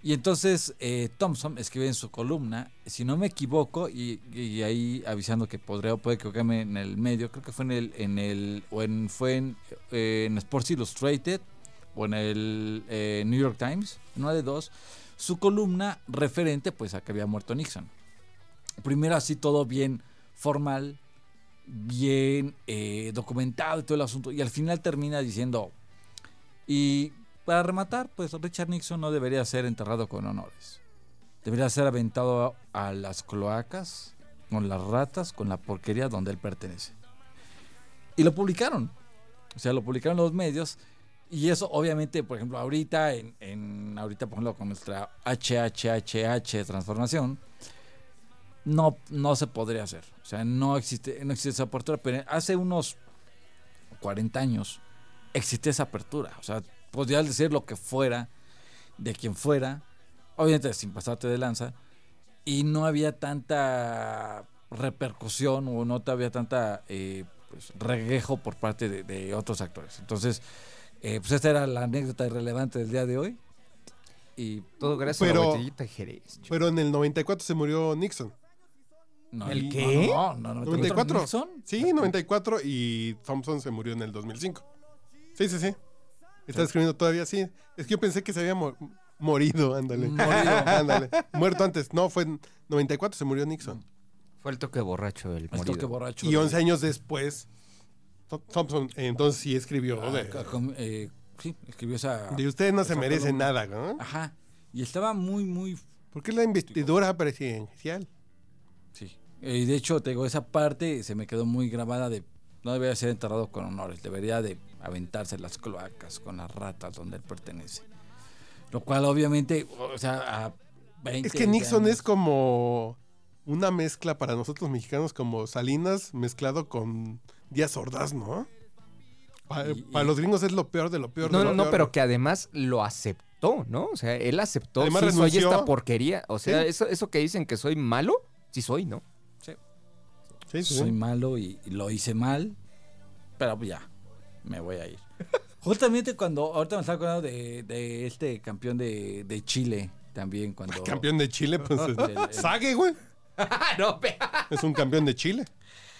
Speaker 3: Y entonces eh, Thompson escribe en su columna, si no me equivoco, y, y ahí avisando que podría o puede equivocarme en el medio, creo que fue en el, en el, o en, fue en, eh, en Sports Illustrated o en el eh, New York Times, en una de dos, su columna referente pues a que había muerto Nixon. Primero así todo bien formal, bien eh, documentado y todo el asunto, y al final termina diciendo, y para rematar, pues Richard Nixon no debería ser enterrado con honores. Debería ser aventado a, a las cloacas, con las ratas, con la porquería donde él pertenece. Y lo publicaron. O sea, lo publicaron los medios. Y eso, obviamente, por ejemplo, ahorita, en, en- ahorita, por ejemplo, con nuestra HHHH transformación, no, no se podría hacer. O sea, no existe, no existe esa apertura. Pero hace unos 40 años, existe esa apertura. O sea, podías decir lo que fuera, de quien fuera, obviamente sin pasarte de lanza, y no había tanta repercusión o no te había tanta eh, pues, reguejo por parte de, de otros actores. Entonces, eh, pues esta era la anécdota irrelevante del día de hoy. Y
Speaker 2: Todo gracias a
Speaker 1: Pero-
Speaker 2: la botellita de Jerez. chico.
Speaker 1: pero en el 94 se murió Nixon.
Speaker 3: no,
Speaker 2: ¿El
Speaker 3: no,
Speaker 2: qué?
Speaker 3: No, no, no,
Speaker 1: ¿94?
Speaker 3: Nixon?
Speaker 1: Sí, 94 y Thompson se murió en el 2005. Sí, sí, sí. Está escribiendo todavía, sí. Es que yo pensé que se había mor- morido, ándale.
Speaker 3: Morido.
Speaker 1: ándale. Muerto antes. No, fue en 94 se murió
Speaker 3: Mm,
Speaker 1: Nixon.
Speaker 2: Fue el toque borracho del
Speaker 3: El
Speaker 2: morido.
Speaker 3: toque borracho.
Speaker 1: Y
Speaker 3: de-
Speaker 1: 11 años después, Tho- Thompson eh, entonces sí escribió.
Speaker 3: Ah,
Speaker 1: de,
Speaker 3: con- eh, sí, escribió esa...
Speaker 1: de usted no se
Speaker 3: esa
Speaker 1: merece
Speaker 3: columna.
Speaker 1: nada, ¿no?
Speaker 3: Ajá. Y estaba muy, muy
Speaker 1: ¿Por qué la investidura presidencial?
Speaker 3: Sí. Y de hecho, te digo, esa parte se me quedó muy grabada de no debería ser enterrado con honores, debería de aventarse en las cloacas con las ratas donde él pertenece. Lo cual obviamente, o sea, a 20
Speaker 1: Es que Nixon
Speaker 3: años-
Speaker 1: es como una mezcla para nosotros mexicanos, como Salinas mezclado con Díaz Ordaz, ¿no? Pa- Para,
Speaker 3: Y-
Speaker 1: los gringos es lo peor de lo peor. de
Speaker 2: No,
Speaker 1: lo
Speaker 2: no, no,
Speaker 1: peor.
Speaker 2: pero que además lo aceptó, ¿no? O sea, él aceptó.
Speaker 1: Además
Speaker 2: sí, soy
Speaker 1: renunció.
Speaker 2: esta porquería. O sea,
Speaker 1: Sí.
Speaker 2: eso, eso que dicen que soy malo, sí soy, ¿no?
Speaker 1: Sí, sí, sí.
Speaker 3: soy malo y, y lo hice mal, pero pues ya, me voy a ir. Justamente cuando, ahorita me estaba acordando de, de este campeón de, de Chile también, cuando...
Speaker 1: Campeón de Chile, pues.
Speaker 3: el-
Speaker 1: Sague, güey.
Speaker 2: Ah, no, pe-
Speaker 1: Es un campeón de Chile.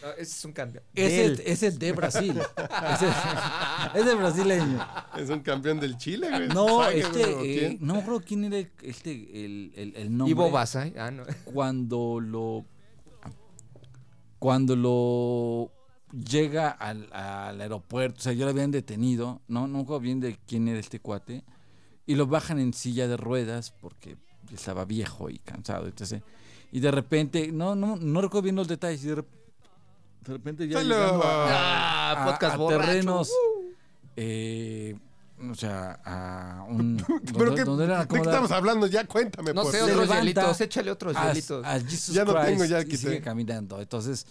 Speaker 2: no, ese es un cambio.
Speaker 3: Es el,
Speaker 2: Él.
Speaker 3: es el de Brasil. Es el- es el brasileño.
Speaker 1: Es un campeón del Chile, güey.
Speaker 3: No,
Speaker 1: Sague,
Speaker 3: este,
Speaker 1: güey, ¿o
Speaker 3: eh,
Speaker 1: quién?
Speaker 3: no me acuerdo quién era el, este, el, el, el nombre.
Speaker 2: Ivo Basay. Ah, no.
Speaker 3: Cuando lo, cuando lo llega al, al aeropuerto, o sea, ya lo habían detenido, no, no me acuerdo bien de quién era este cuate, y lo bajan en silla de ruedas porque estaba viejo y cansado, etc. Y de repente, no, no, no recuerdo bien los detalles, y de, rep- de repente ya
Speaker 1: Salud.
Speaker 3: llegando a-
Speaker 2: Ah,
Speaker 3: a-
Speaker 2: podcast
Speaker 3: a
Speaker 2: borracho.
Speaker 3: terrenos,
Speaker 1: Uh.
Speaker 3: eh, o sea, a un...
Speaker 1: ¿Pero
Speaker 3: donde-
Speaker 1: qué,
Speaker 3: donde era
Speaker 1: ¿De qué
Speaker 3: como la-
Speaker 1: estamos hablando? Ya cuéntame,
Speaker 2: No
Speaker 1: por
Speaker 2: sé,
Speaker 3: Se
Speaker 2: otros
Speaker 3: levanta
Speaker 2: hielitos. Échale otros
Speaker 3: a-
Speaker 2: hielitos.
Speaker 3: a Jesus
Speaker 1: Ya no
Speaker 3: Christ
Speaker 1: tengo, ya
Speaker 3: y
Speaker 1: quité.
Speaker 3: sigue caminando. Entonces,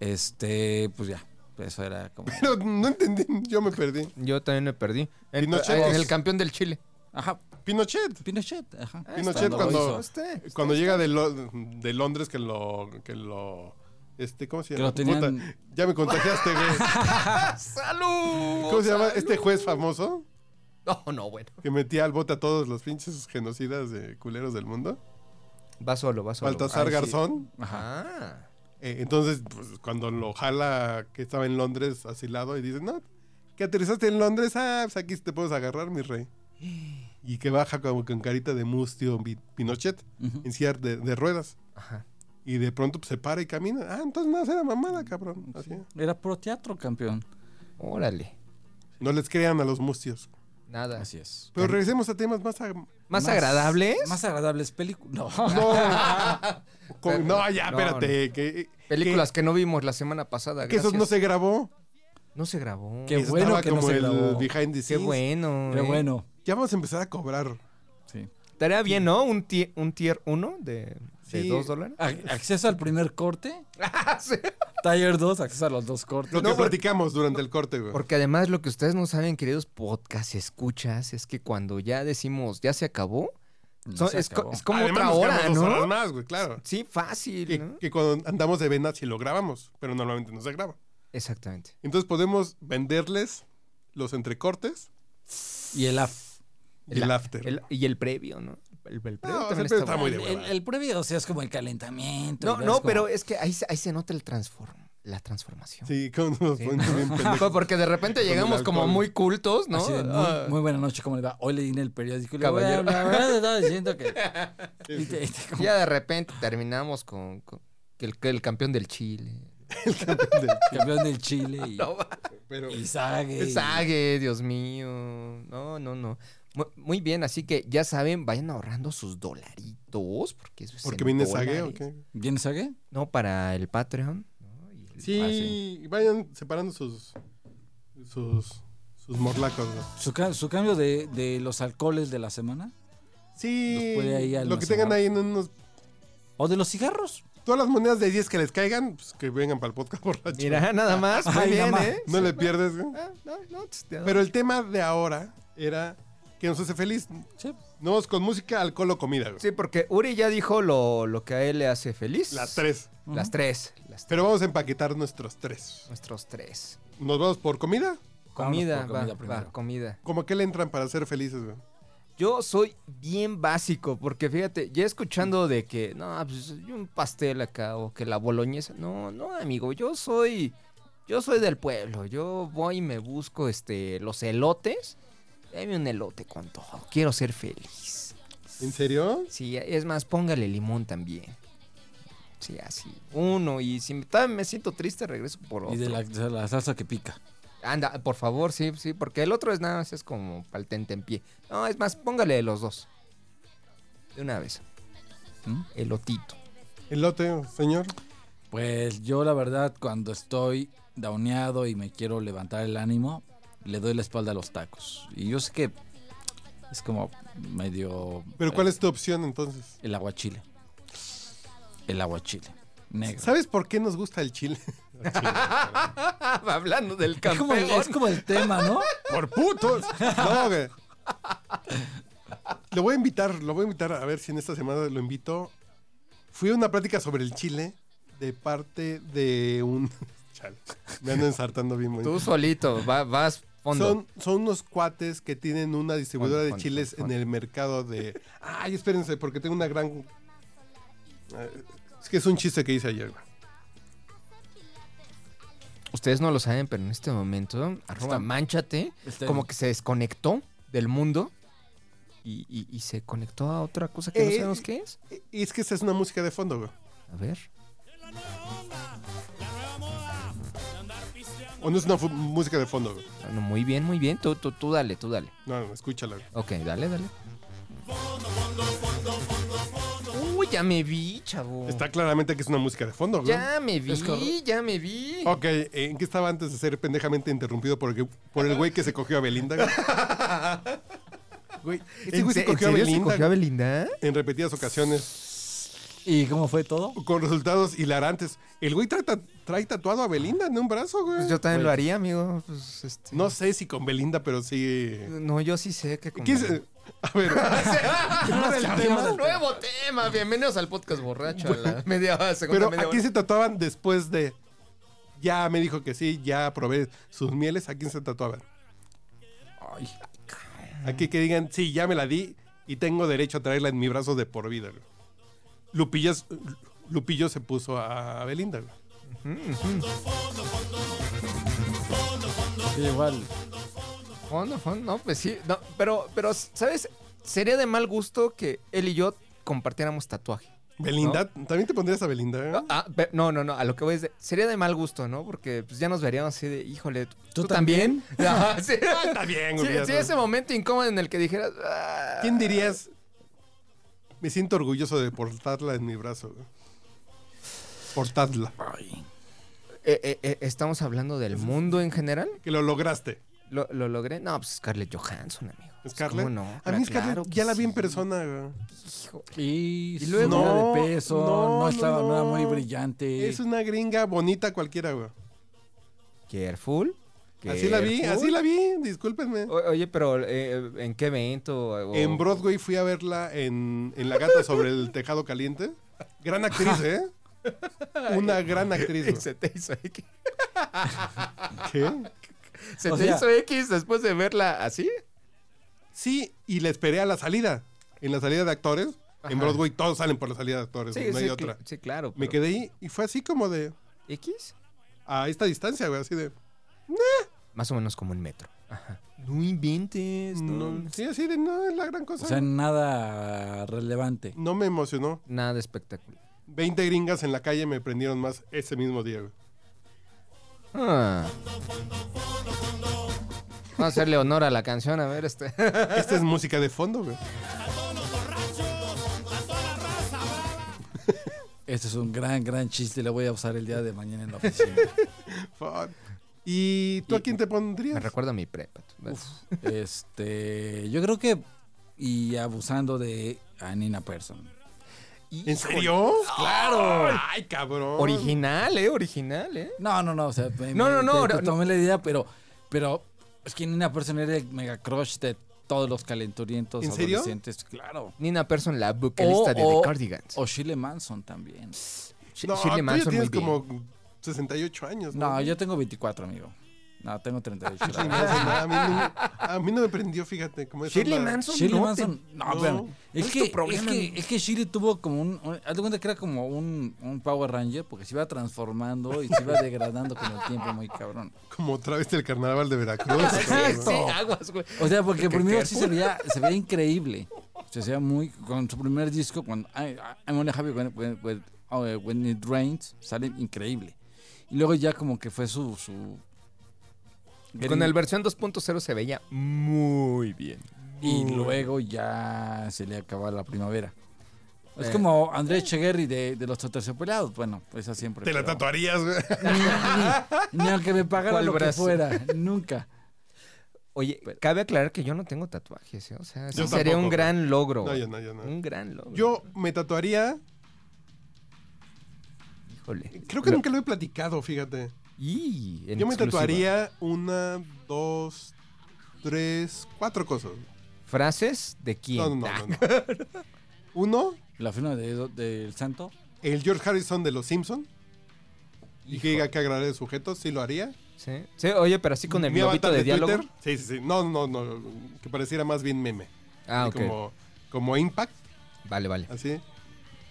Speaker 3: este, pues ya, eso era como...
Speaker 1: Pero no entendí, yo me perdí.
Speaker 2: Yo también me perdí. En,
Speaker 1: Pinochet,
Speaker 2: en
Speaker 1: pues.
Speaker 2: el campeón del Chile.
Speaker 3: Ajá,
Speaker 1: Pinochet.
Speaker 3: Pinochet, ajá.
Speaker 1: Pinochet
Speaker 3: Cuando
Speaker 1: cuando,
Speaker 3: Ah, lo hizo.
Speaker 1: cuando llega de, Lo- de Londres que lo que lo este cómo se
Speaker 3: Que
Speaker 1: llama
Speaker 3: lo tenían-
Speaker 1: Puta, ya me contagiaste güey.
Speaker 2: ¡Salud!
Speaker 1: cómo se llama este juez famoso
Speaker 2: No, no, bueno.
Speaker 1: que metía al bote a todos los pinches genocidas de culeros del mundo
Speaker 2: Va solo, va solo.
Speaker 1: Baltasar
Speaker 2: Ay, sí.
Speaker 1: Garzón
Speaker 3: Ajá.
Speaker 2: Ah.
Speaker 1: Eh, entonces pues, cuando lo jala que estaba en Londres asilado y dice no que aterrizaste en Londres, ah, pues aquí te puedes agarrar, mi rey. Y que baja como con carita de mustio Pi- Pinochet
Speaker 3: Ujú.
Speaker 1: en silla de, de ruedas.
Speaker 2: Ajá.
Speaker 1: Y de pronto pues, se para y camina. Ah, entonces nada, era mamada, cabrón.
Speaker 2: Mm,
Speaker 1: Así.
Speaker 3: Era pro teatro, campeón.
Speaker 2: Órale.
Speaker 1: No les crean a los mustios.
Speaker 2: Nada.
Speaker 3: Así es.
Speaker 1: Pero regresemos a temas más... ag-
Speaker 2: ¿Más, agradables?
Speaker 3: Más agradables películas.
Speaker 1: No,
Speaker 3: Ah,
Speaker 1: con- no, ya,
Speaker 2: No,
Speaker 1: espérate. Que,
Speaker 2: Películas que no vimos la semana pasada.
Speaker 1: que, que eso no
Speaker 2: gracias.
Speaker 1: se grabó.
Speaker 2: No se grabó.
Speaker 3: Qué
Speaker 2: Qué,
Speaker 1: Eso
Speaker 3: bueno
Speaker 1: estaba
Speaker 3: que no
Speaker 1: como
Speaker 3: se
Speaker 1: el
Speaker 3: grabó.
Speaker 1: behind the scenes.
Speaker 2: bueno.
Speaker 3: Qué
Speaker 2: eh.
Speaker 3: bueno.
Speaker 1: Ya vamos a empezar a cobrar.
Speaker 3: Sí.
Speaker 2: Estaría bien, ¿no? Un, tie- un tier 1 de, de
Speaker 1: Sí.
Speaker 2: 2 dólares. Ah,
Speaker 3: A- Acceso al primer corte.
Speaker 2: Sí.
Speaker 3: Taller 2, acceso a los dos cortes.
Speaker 1: Lo que platicamos durante el corte, güey.
Speaker 2: Porque además lo que ustedes no saben, queridos podcast escuchas, es que cuando ya decimos ya se acabó,
Speaker 3: No
Speaker 2: son-
Speaker 3: se
Speaker 2: es, co-
Speaker 3: acabó.
Speaker 2: es como
Speaker 1: Además,
Speaker 2: otra
Speaker 1: nos quedamos
Speaker 2: hora,
Speaker 1: dos horas
Speaker 2: ¿no?
Speaker 1: más, güey, claro.
Speaker 2: Sí, fácil,
Speaker 1: Que,
Speaker 2: ¿no?
Speaker 1: que cuando andamos de venda sí lo grabamos, pero normalmente no se graba.
Speaker 2: Exactamente.
Speaker 1: Entonces podemos venderles los entrecortes
Speaker 3: Y el AF.
Speaker 1: y el after.
Speaker 2: El- y el previo, ¿no? El, el previo
Speaker 1: No,
Speaker 2: también
Speaker 1: siempre
Speaker 2: está
Speaker 1: está muy
Speaker 2: bueno.
Speaker 1: de
Speaker 3: El, el-
Speaker 1: hueva.
Speaker 3: el previo, o sea, es como el calentamiento. y
Speaker 2: No,
Speaker 3: ves
Speaker 2: no,
Speaker 3: como-
Speaker 2: pero es que ahí, se- ahí se nota el transform, la transformación.
Speaker 1: Sí, cuando nos ponemos bien pendejos.
Speaker 2: Fue Porque de repente
Speaker 1: Con el
Speaker 2: llegamos como
Speaker 1: alcohol.
Speaker 2: muy cultos, ¿no?
Speaker 3: Así de,
Speaker 2: Ah,
Speaker 3: muy, muy buena noche, ¿cómo le va? Hoy leí en el periódico. y le voy a
Speaker 2: Caballero.
Speaker 3: hablar, ¿verdad? Estaba diciendo que. y te- y te-
Speaker 2: ya de repente terminamos con, con que el, que el campeón del Chile.
Speaker 3: campeón del Chile y,
Speaker 1: Pero
Speaker 3: y Sague.
Speaker 2: El
Speaker 3: y-
Speaker 2: Sague, Dios mío. No, no, no. Mu- Muy bien, así que ya saben, vayan ahorrando sus dolaritos. Porque, eso es
Speaker 1: porque
Speaker 2: en
Speaker 1: viene Sague o
Speaker 2: dólares.
Speaker 1: qué?
Speaker 3: ¿Viene Sague?
Speaker 2: No, para el Patreon. ¿no? Y el-
Speaker 1: Sí,
Speaker 2: ah, sí.
Speaker 1: vayan separando sus sus sus morlacos. güey.
Speaker 3: Su, ca- su cambio de, de los alcoholes de la semana.
Speaker 1: Sí,
Speaker 3: Los puede ahí
Speaker 1: lo que
Speaker 3: almacenar.
Speaker 1: tengan ahí en unos
Speaker 3: O de los cigarros.
Speaker 1: todas las monedas de 10 que les caigan, pues que vengan para el podcast borracho.
Speaker 2: Mira, nada más. Muy
Speaker 3: Ay,
Speaker 2: bien,
Speaker 3: nada más.
Speaker 2: ¿eh?
Speaker 1: No le pierdes, güey.
Speaker 2: Ah, no, no, tss, te-
Speaker 1: Pero el tema de ahora era que nos hace feliz.
Speaker 3: Sí.
Speaker 1: No vamos con música, alcohol o comida. güey.
Speaker 2: Sí, porque Uri ya dijo lo, lo que a él le hace feliz.
Speaker 1: Las tres.
Speaker 2: Las tres. Las
Speaker 1: Pero vamos a empaquetar nuestros tres.
Speaker 2: Nuestros tres.
Speaker 1: ¿Nos vamos por comida?
Speaker 2: Comida,
Speaker 3: Vámonos por
Speaker 2: va,
Speaker 3: comida
Speaker 2: va,
Speaker 3: primero.
Speaker 2: comida.
Speaker 1: ¿Cómo que le entran para ser felices, güey?
Speaker 2: Yo soy bien básico, porque fíjate, ya escuchando de que, no, pues yo un pastel acá o que la boloñesa. No, no, amigo, yo soy. Yo soy del pueblo. Yo voy y me busco este los elotes. Dame un elote con todo. Quiero ser feliz.
Speaker 1: ¿En serio?
Speaker 2: Sí, es más, póngale limón también. Sí, así. Uno, y si me, todavía me siento triste, regreso por otro.
Speaker 3: Y de la, de la salsa que pica.
Speaker 2: Anda, por favor, sí, sí, porque el otro es nada más, es como para el tentempié. No, es más, póngale los dos. De una vez.
Speaker 3: ¿Mm?
Speaker 2: Elotito.
Speaker 1: Elote, señor.
Speaker 3: Pues yo, la verdad, cuando estoy dauneado y me quiero levantar el ánimo, le doy la espalda a los tacos. Y yo sé que es como medio.
Speaker 1: Pero ¿cuál
Speaker 3: eh,
Speaker 1: es tu opción entonces?
Speaker 3: El aguachile. El aguachile. Negro.
Speaker 1: ¿Sabes por qué nos gusta el chile?
Speaker 2: Hablando del
Speaker 3: Es como, el, es como el tema, ¿no?
Speaker 1: ¡Por putos! No, güey. Lo voy a invitar, lo voy a invitar a ver si en esta semana lo invito. Fui a una plática sobre el chile de parte de un. Chale, me ando ensartando bien, muy
Speaker 2: Tú solito, va- vas fondo.
Speaker 1: Son, son unos cuates que tienen una distribuidora
Speaker 2: Fondo,
Speaker 1: de
Speaker 2: fondo,
Speaker 1: chiles
Speaker 2: fondo, fondo.
Speaker 1: en el mercado de. Ay, espérense, porque tengo una gran. Eh, Es que es un chiste que hice ayer. güey.
Speaker 2: Ustedes no lo saben, pero en este momento, arroba manchate,
Speaker 3: Está
Speaker 2: como
Speaker 3: bien.
Speaker 2: que se desconectó del mundo y, y- y se conectó a otra cosa que no
Speaker 1: Eh,
Speaker 2: sabemos qué es.
Speaker 1: Y es que esa es una música de fondo, güey.
Speaker 2: A ver.
Speaker 1: O no es una fu- música de fondo, güey.
Speaker 2: Bueno, muy bien, muy bien. Tú, tú, tú dale, tú dale.
Speaker 1: No, no, escúchala. güey.
Speaker 2: Ok, dale, dale. Uy, ya me vi, chavo.
Speaker 1: Está claramente que es una música de fondo, güey.
Speaker 2: Ya me
Speaker 3: Es
Speaker 2: vi,
Speaker 3: correcto.
Speaker 2: ya me vi.
Speaker 1: Ok, ¿en qué estaba antes de ser pendejamente interrumpido por el, por el güey que se cogió a Belinda? güey? Güey, este güey se cogió a Belinda
Speaker 2: cogió a Belinda?
Speaker 1: en repetidas ocasiones.
Speaker 3: ¿Y cómo fue todo?
Speaker 1: con resultados hilarantes. El güey trae, ta- trae tatuado a Belinda en un brazo, güey.
Speaker 2: Pues yo también
Speaker 1: Güey,
Speaker 2: lo haría, amigo. Pues, este...
Speaker 1: No sé si con Belinda, pero sí.
Speaker 2: No, yo sí sé que...
Speaker 1: ¿Qué es- A ver,
Speaker 2: Nuevo tema. Bienvenidos al podcast borracho. a la media hora, segunda
Speaker 1: pero
Speaker 2: media
Speaker 1: ¿a
Speaker 2: hora.
Speaker 1: quién se tatuaban después de.? Ya me dijo que sí, ya probé sus mieles. ¿A quién se tatuaban? Aquí que digan, sí, ya me la di y tengo derecho a traerla en mi brazo de por vida. güey. Lupillas- Lupillo se puso a Belinda. güey.
Speaker 3: Igual.
Speaker 2: Ojón, ojón, no, pues sí. No, pero, pero, ¿sabes? Sería de mal gusto que él y yo compartiéramos tatuaje.
Speaker 1: Belinda, también te pondrías a Belinda.
Speaker 2: No,
Speaker 1: eh?
Speaker 2: ah, pe- no, no, no, a lo que voy es de- sería de mal gusto, ¿no? Porque pues, ya nos veríamos así de, híjole, ¿tú,
Speaker 3: ¿Tú
Speaker 2: tú también? Ajá, sí.
Speaker 1: Ah, Está bien,
Speaker 2: Sí,
Speaker 1: güey. ya
Speaker 2: sí,
Speaker 1: sabes.
Speaker 2: ese momento incómodo en el que dijeras... "Ah".
Speaker 1: ¿Quién dirías? Me siento orgulloso de portarla en mi brazo. güey"? Portarla.
Speaker 2: Eh, eh, eh, ¿Estamos hablando del mundo en general?
Speaker 1: Que lo lograste.
Speaker 2: ¿Lo, lo logré? No, pues Scarlett Johansson, amigo. Pues,
Speaker 1: Scarlett.
Speaker 2: ¿Cómo no?
Speaker 1: a mí Scarlett
Speaker 2: Claro que
Speaker 1: ya la vi en
Speaker 2: sí.
Speaker 1: persona. güey.
Speaker 2: Hijo,
Speaker 3: Y,
Speaker 2: Y luego-
Speaker 3: subida
Speaker 1: No,
Speaker 3: de peso,
Speaker 1: no,
Speaker 3: no,
Speaker 1: no,
Speaker 3: estaba
Speaker 1: no.
Speaker 3: nada muy brillante.
Speaker 1: Es una gringa bonita cualquiera, güey.
Speaker 2: Careful.
Speaker 1: Así la vi,
Speaker 2: careful.
Speaker 1: así la vi, discúlpenme.
Speaker 2: O- oye, pero eh, ¿en qué evento? O-
Speaker 1: En Broadway fui a verla en, en La Gata sobre el Tejado Caliente. Gran actriz, ¿eh? Una gran actriz. güey.
Speaker 2: Se te hizo X.
Speaker 1: ¿Qué?
Speaker 2: Se
Speaker 3: O
Speaker 2: te
Speaker 3: sea-
Speaker 2: hizo X después de verla así.
Speaker 1: Sí, y la esperé a la salida. En la salida de actores. En
Speaker 2: Ajá.
Speaker 1: Broadway todos salen por la salida de actores. no hay
Speaker 2: cl-
Speaker 1: otra.
Speaker 2: sí, claro.
Speaker 1: Me
Speaker 2: pero-
Speaker 1: quedé ahí y fue así como de.
Speaker 2: ¿X?
Speaker 1: A esta distancia, güey. Así de.
Speaker 2: Más o menos como un metro. Ajá. No inventes. Pues No.
Speaker 1: No, mm, sí, así de. No es la gran cosa.
Speaker 3: O sea, nada relevante.
Speaker 1: no me emocionó.
Speaker 2: Nada de espectáculo.
Speaker 1: 20 gringas en la calle me prendieron más ese mismo día, güey.
Speaker 2: Ah. Vamos a hacerle honor a la canción, a ver este.
Speaker 1: Esta es música de fondo, güey.
Speaker 3: Este es un gran, gran chiste. Lo voy a usar el día de mañana en la oficina.
Speaker 1: Fuck. ¿Y tú a quién te
Speaker 2: Me
Speaker 1: pondrías?
Speaker 2: recuerda a mi prepa. tú ves.
Speaker 3: este, yo creo que. Y abusando de a Nina Persson.
Speaker 1: ¿En serio? ¡Claro! ¡Ay, cabrón!
Speaker 2: Original, eh, original, eh.
Speaker 3: No, no, no. O sea, me-
Speaker 2: No, no,
Speaker 3: me-
Speaker 2: no,
Speaker 3: te- te
Speaker 2: no, no.
Speaker 3: tomé la idea, pero, pero es que Nina Persson era el mega crush de todos los calenturientos
Speaker 1: ¿En serio?
Speaker 3: adolescentes. Claro.
Speaker 2: Nina Persson, la vocalista de
Speaker 3: o-
Speaker 2: The Cardigans.
Speaker 3: O Shirley Manson también.
Speaker 2: Sh-
Speaker 1: No,
Speaker 2: Shirley
Speaker 1: tú ya
Speaker 2: Manson, muy
Speaker 1: tienes
Speaker 2: bien.
Speaker 1: como 68 años, ¿no?
Speaker 3: No, yo tengo 24, amigo. No, tengo 38. la
Speaker 1: Shirley
Speaker 3: verdad.
Speaker 1: Manson, a, mí no, a mí no me prendió, fíjate. Como esa
Speaker 2: Shirley
Speaker 1: onda.
Speaker 2: Manson,
Speaker 3: Shirley
Speaker 2: no te-
Speaker 3: Manson. No,
Speaker 1: no.
Speaker 3: espérame.
Speaker 2: ¿Cuál
Speaker 3: Es
Speaker 2: es
Speaker 3: que,
Speaker 2: tu
Speaker 3: es,
Speaker 2: problema,
Speaker 3: que,
Speaker 2: amigo?
Speaker 3: es que Shirley tuvo como un, un- Haz de cuenta que era como un, un Power Ranger porque se iba transformando y se iba degradando con el tiempo, muy cabrón.
Speaker 1: Como otra vez del carnaval de Veracruz.
Speaker 2: Sí,
Speaker 1: ¿no?
Speaker 2: aguas, güey.
Speaker 3: O sea, porque
Speaker 2: Qué
Speaker 3: primero
Speaker 2: terco.
Speaker 3: sí se veía, se veía increíble. Se veía muy. Con su primer disco, cuando I- I- I'm only happy when, when- when- oh, eh, when it rains, sale increíble. Y luego ya como que fue su. su
Speaker 2: Con el versión 2.0 se veía muy bien.
Speaker 3: y
Speaker 2: Mm.
Speaker 3: luego ya se le acaba la primavera. Es
Speaker 2: Eh.
Speaker 3: como Andrés Cheguerri de, de los terciopelados. Bueno, pues esa siempre.
Speaker 1: Te la
Speaker 3: pero-
Speaker 1: tatuarías, güey.
Speaker 3: Ni aunque me pagara
Speaker 2: ¿Cuál
Speaker 3: lo que
Speaker 2: brazo?
Speaker 3: fuera, nunca.
Speaker 2: Oye, cabe aclarar que yo no tengo tatuajes, ¿eh? o sea, sí
Speaker 1: Yo
Speaker 2: sería
Speaker 1: tampoco,
Speaker 2: un gran logro.
Speaker 1: No,
Speaker 2: güey.
Speaker 1: yo no, yo no.
Speaker 2: Un gran logro.
Speaker 1: Yo me tatuaría.
Speaker 2: híjole.
Speaker 1: Creo que
Speaker 2: Lo-
Speaker 1: nunca lo he platicado, fíjate.
Speaker 2: Y, en
Speaker 1: Yo me
Speaker 2: exclusiva.
Speaker 1: tatuaría una, dos, tres, cuatro cosas.
Speaker 2: frases de quién. Ah,
Speaker 1: No, no, no, no, no. Uno,
Speaker 3: La firma de- del santo.
Speaker 1: el George Harrison de Los Simpson. Y que diga que agrade sujeto, sí lo haría.
Speaker 2: ¿Sí? sí, oye, pero así con el
Speaker 1: Mi
Speaker 2: globito
Speaker 1: avatar
Speaker 2: de, diálogo.
Speaker 1: Twitter. Sí, sí, sí. No, no, no. Que pareciera más bien meme.
Speaker 2: Ah,
Speaker 1: Así
Speaker 2: ok.
Speaker 1: como, Ah, como Impact,
Speaker 2: Vale, vale.
Speaker 1: así.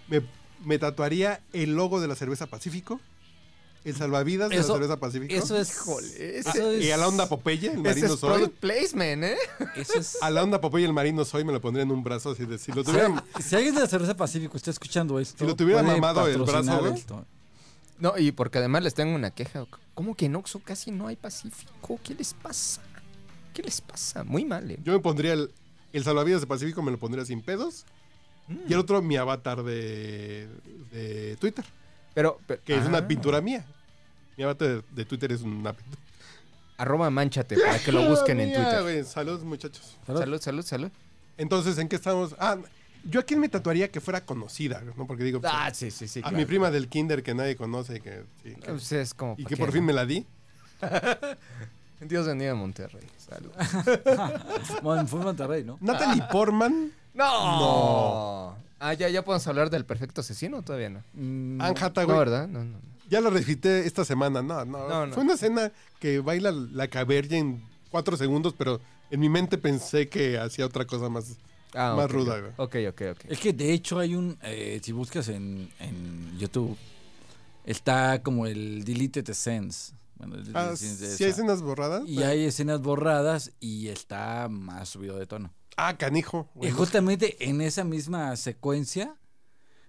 Speaker 1: Me, me tatuaría el logo de la cerveza Pacífico. El salvavidas de
Speaker 3: Eso-
Speaker 1: la cerveza Pacífico.
Speaker 3: Eso es.
Speaker 2: Híjole,
Speaker 3: eso
Speaker 1: Ah,
Speaker 3: es-
Speaker 1: Y a la onda Popeye, el
Speaker 2: Ese
Speaker 1: marino
Speaker 2: es
Speaker 1: soy.
Speaker 2: product placement, ¿eh?
Speaker 3: eso es-
Speaker 1: A la onda Popeye, el marino soy, me lo pondría en un brazo así de si lo tuvieran.
Speaker 3: Si alguien de la cerveza Pacífico está escuchando esto.
Speaker 1: Si lo tuviera
Speaker 3: puede
Speaker 1: mamado el
Speaker 3: patrocinar
Speaker 1: brazo, güey.
Speaker 3: esto.
Speaker 2: No, y porque además les tengo una queja. ¿Cómo que en Oxxo casi no hay Pacífico? ¿Qué les pasa? ¿Qué les pasa? Muy mal, ¿eh?
Speaker 1: Yo me pondría el, el salvavidas de Pacífico, me lo pondría sin pedos.
Speaker 2: Mm.
Speaker 1: Y el otro, mi avatar de, de Twitter,
Speaker 2: Pero, pero-
Speaker 1: que es
Speaker 2: ah,
Speaker 1: una pintura mía. Mi avatar de, de Twitter es una pintura.
Speaker 2: Arroba manchate para que lo busquen en
Speaker 1: mía,
Speaker 2: Twitter.
Speaker 1: güey. Saludos, muchachos.
Speaker 3: Salud.
Speaker 2: Salud, salud, salud.
Speaker 1: Entonces, ¿en qué estamos? Ah, yo a quién me tatuaría que fuera conocida, ¿no? Porque digo, pues,
Speaker 2: Ah, sí, sí, sí.
Speaker 1: a
Speaker 2: claro.
Speaker 1: mi prima del kinder que nadie conoce que, sí, que-
Speaker 2: Pues es como
Speaker 1: y
Speaker 2: pa'
Speaker 1: que
Speaker 2: qué,
Speaker 1: por
Speaker 2: ¿no?
Speaker 1: fin me la di.
Speaker 2: Dios bendiga a Monterrey. Salud.
Speaker 3: Bueno, fue en Monterrey, ¿no?
Speaker 1: Natalie
Speaker 2: Ah.
Speaker 1: Portman,
Speaker 2: ¡No! Ah, ya, ya podemos hablar del perfecto asesino o todavía no.
Speaker 3: Mm,
Speaker 1: Anne
Speaker 2: No,
Speaker 1: Hathaway,
Speaker 2: ¿verdad? No, no. no.
Speaker 1: ya la recité esta semana. No, no,
Speaker 2: No, no.
Speaker 1: Fue una escena que baila la caberja en cuatro segundos, pero en mi mente pensé que hacía otra cosa más.
Speaker 2: Ah,
Speaker 1: Más
Speaker 2: ok,
Speaker 1: ruda, güey.
Speaker 2: Ok, ok, ok.
Speaker 3: Es que de hecho hay un. eh, si buscas en, en YouTube, está como el Deleted Sense. Bueno, es-
Speaker 1: Ah,
Speaker 3: es- es- es-
Speaker 1: ¿sí hay escenas borradas?
Speaker 3: Y hay escenas borradas y está más subido de tono.
Speaker 1: Ah, canijo.
Speaker 3: Y
Speaker 1: Bueno,
Speaker 3: justamente en esa misma secuencia,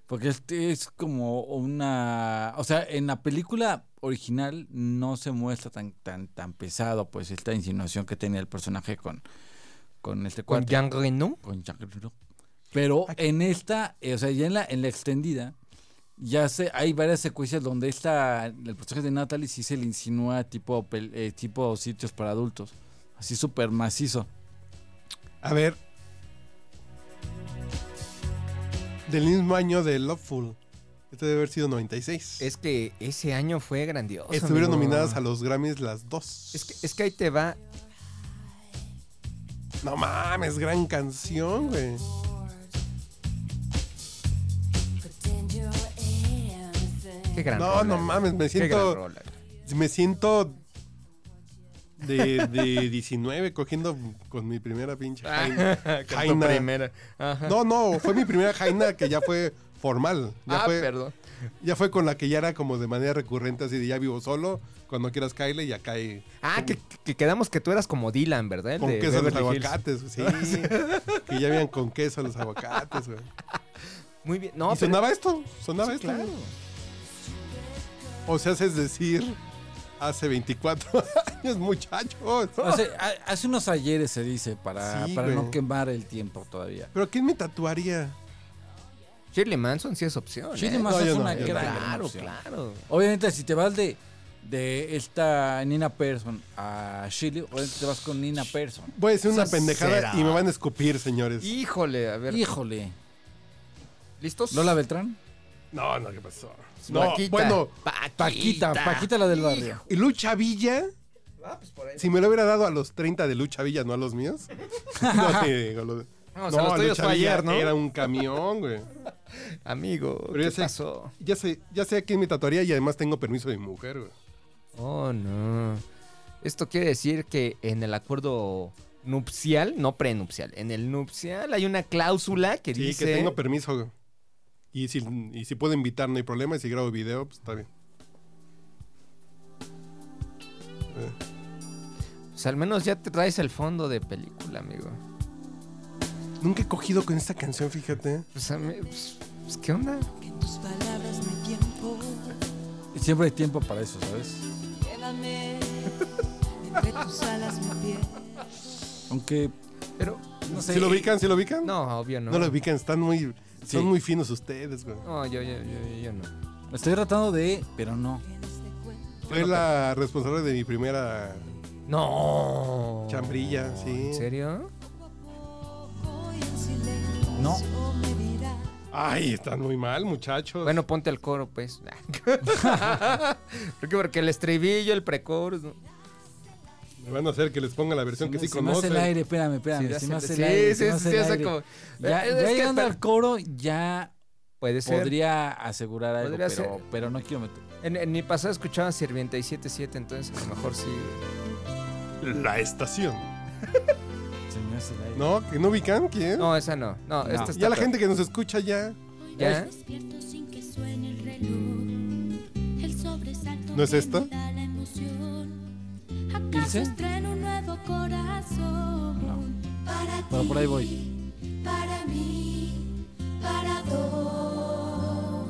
Speaker 3: porque este es como una, o sea, en la película original no se muestra tan tan tan pesado, pues esta insinuación que tenía el personaje con con este
Speaker 2: Con
Speaker 3: cuate,
Speaker 2: Jean Reno.
Speaker 3: con Jean-Claude. Pero en esta, eh, o sea, ya en la en la extendida ya sé, hay varias secuencias donde esta el personaje de Natalie sí se le insinúa tipo pel- eh, tipo sitios para adultos, así súper macizo.
Speaker 1: A ver. Del mismo año de Loveful. Este debe haber sido 96.
Speaker 2: Es que ese año fue grandioso.
Speaker 1: Estuvieron
Speaker 2: amigo.
Speaker 1: nominadas a los Grammys las dos.
Speaker 2: Es que, es que ahí te va.
Speaker 1: No mames, gran canción, güey.
Speaker 2: Qué gran
Speaker 1: No,
Speaker 2: rola,
Speaker 1: no
Speaker 2: güey.
Speaker 1: mames, me
Speaker 2: Qué gran
Speaker 1: siento.
Speaker 2: rola.
Speaker 1: Me siento. De, de 19, cogiendo con mi primera pinche
Speaker 2: Ah,
Speaker 1: jaina.
Speaker 2: Con tu
Speaker 1: Jaina.
Speaker 2: primera. Ajá.
Speaker 1: No, no, fue mi primera jaina que ya fue formal. Ya,
Speaker 2: ah,
Speaker 1: fue,
Speaker 2: perdón.
Speaker 1: ya fue con la que ya era como de manera recurrente, así de ya vivo solo, cuando quieras caile y acá hay
Speaker 2: Ah, que, que quedamos que tú eras como Dylan, ¿verdad? El
Speaker 1: con
Speaker 2: de
Speaker 1: queso a los
Speaker 2: Beverly Hills.
Speaker 1: aguacates, sí. que ya habían con queso a los aguacates, güey.
Speaker 2: Muy bien. No,
Speaker 1: y
Speaker 2: pero-
Speaker 1: sonaba esto, sonaba
Speaker 2: Sí,
Speaker 1: esto.
Speaker 2: claro.
Speaker 1: O sea, es decir, hace 24 años, muchachos.
Speaker 3: Hace, ha- hace unos ayeres se dice para,
Speaker 1: Sí,
Speaker 3: para no
Speaker 1: güey.
Speaker 3: quemar el tiempo todavía.
Speaker 1: Pero ¿quién me tatuaría?
Speaker 2: Shirley Manson sí es opción.
Speaker 3: Shirley
Speaker 2: ¿eh?
Speaker 3: Manson
Speaker 1: No, yo
Speaker 3: es
Speaker 1: no,
Speaker 3: una
Speaker 1: yo no.
Speaker 3: gran
Speaker 2: Claro,
Speaker 3: opción.
Speaker 2: claro.
Speaker 3: Obviamente, si te vas de, de esta Nina Persson a Shirley, obviamente te vas con Nina Persson.
Speaker 1: Voy a decir una
Speaker 3: O sea,
Speaker 1: pendejada
Speaker 3: será.
Speaker 1: y me van a escupir, señores.
Speaker 2: Híjole, a ver.
Speaker 3: Híjole.
Speaker 2: ¿Listos?
Speaker 3: ¿Lola Beltrán?
Speaker 1: No, no, ¿qué pasó? No,
Speaker 2: Paquita.
Speaker 1: bueno,
Speaker 3: Paquita, Paquita la del barrio.
Speaker 1: ¿y Lucha Villa?
Speaker 2: Ah, pues
Speaker 1: Si me lo hubiera dado a los 30 de Lucha Villa, no a los míos. No te digo. los-
Speaker 2: No, o sea, los tuyos fue ayer, ¿no?
Speaker 1: Era un camión, güey.
Speaker 2: Amigo,
Speaker 1: Pero ya
Speaker 2: ¿qué
Speaker 1: sé-
Speaker 2: pasó?
Speaker 1: Ya sé, ya sé a quién me tatuaría y además tengo permiso de mi mujer, güey.
Speaker 2: Oh, no. Esto quiere decir que en el acuerdo nupcial, no prenupcial, en el nupcial hay una cláusula que
Speaker 1: Sí,
Speaker 2: dice...
Speaker 1: que tengo permiso, güey. Y si, y si puedo invitar, no hay problema. Y si grabo video, pues está bien.
Speaker 2: Pues al menos ya te traes el fondo de película, amigo.
Speaker 1: Nunca he cogido con esta canción, fíjate.
Speaker 2: Pues, a mí- pues, pues, ¿qué onda?
Speaker 7: Que en tus palabras no hay tiempo.
Speaker 3: Siempre hay tiempo para eso, ¿sabes?
Speaker 7: Llévame entre tus alas, mi piel.
Speaker 3: Aunque,
Speaker 2: Pero,
Speaker 3: no sé.
Speaker 1: ¿Sí lo ubican? ¿Sí lo ubican?
Speaker 2: no, obvio no.
Speaker 1: No lo ubican, están muy,
Speaker 3: Sí.
Speaker 1: son muy finos ustedes, güey.
Speaker 2: No, yo, yo, yo, yo no.
Speaker 3: Estoy tratando de... Pero no.
Speaker 2: pues,
Speaker 1: Fue la responsable de mi primera
Speaker 2: No.
Speaker 1: chambrilla, sí.
Speaker 2: ¿En serio?
Speaker 7: Voy en silencio.
Speaker 3: No.
Speaker 7: Me dirá
Speaker 1: Ay, están muy mal, muchachos.
Speaker 2: Bueno, ponte el coro, pues. porque, porque el estribillo, el precoro. ¿no?
Speaker 1: me van a hacer que les ponga la versión que sí
Speaker 3: si me hace
Speaker 1: conocen.
Speaker 3: el aire, espérame, espérame.
Speaker 2: Sí,
Speaker 3: si
Speaker 2: hace-
Speaker 3: me hace el
Speaker 2: sí,
Speaker 3: aire. si
Speaker 2: sí,
Speaker 3: me hace
Speaker 2: sí,
Speaker 3: el
Speaker 2: hace
Speaker 3: aire.
Speaker 2: como-
Speaker 1: eh,
Speaker 3: Ya,
Speaker 2: Es
Speaker 3: ya
Speaker 2: que
Speaker 3: llegando
Speaker 2: per-
Speaker 3: al coro, ya
Speaker 2: Puede ser.
Speaker 3: podría asegurar algo,
Speaker 2: Podría
Speaker 3: pero,
Speaker 2: ser.
Speaker 3: pero no quiero meter.
Speaker 2: En, en mi pasado escuchaba Sirvienta y 77, entonces a lo mejor sí.
Speaker 1: La estación.
Speaker 3: Se me hace el aire.
Speaker 1: ¿No? ¿Que no ubican? ¿Quién?
Speaker 2: No, esa no. No,
Speaker 3: No.
Speaker 2: esta está.
Speaker 1: ya la
Speaker 2: peor.
Speaker 1: gente que nos escucha ya.
Speaker 2: ¿Ya?
Speaker 8: Despierto sin que suene el reloj. El sobresalto
Speaker 1: ¿No es
Speaker 8: que
Speaker 1: esta?
Speaker 8: me da la emoción. ¿Acaso
Speaker 3: ¿Ilse?
Speaker 8: estreno un nuevo corazón? Para
Speaker 3: Pero
Speaker 8: ti,
Speaker 3: por ahí voy.
Speaker 8: para mí, para dos.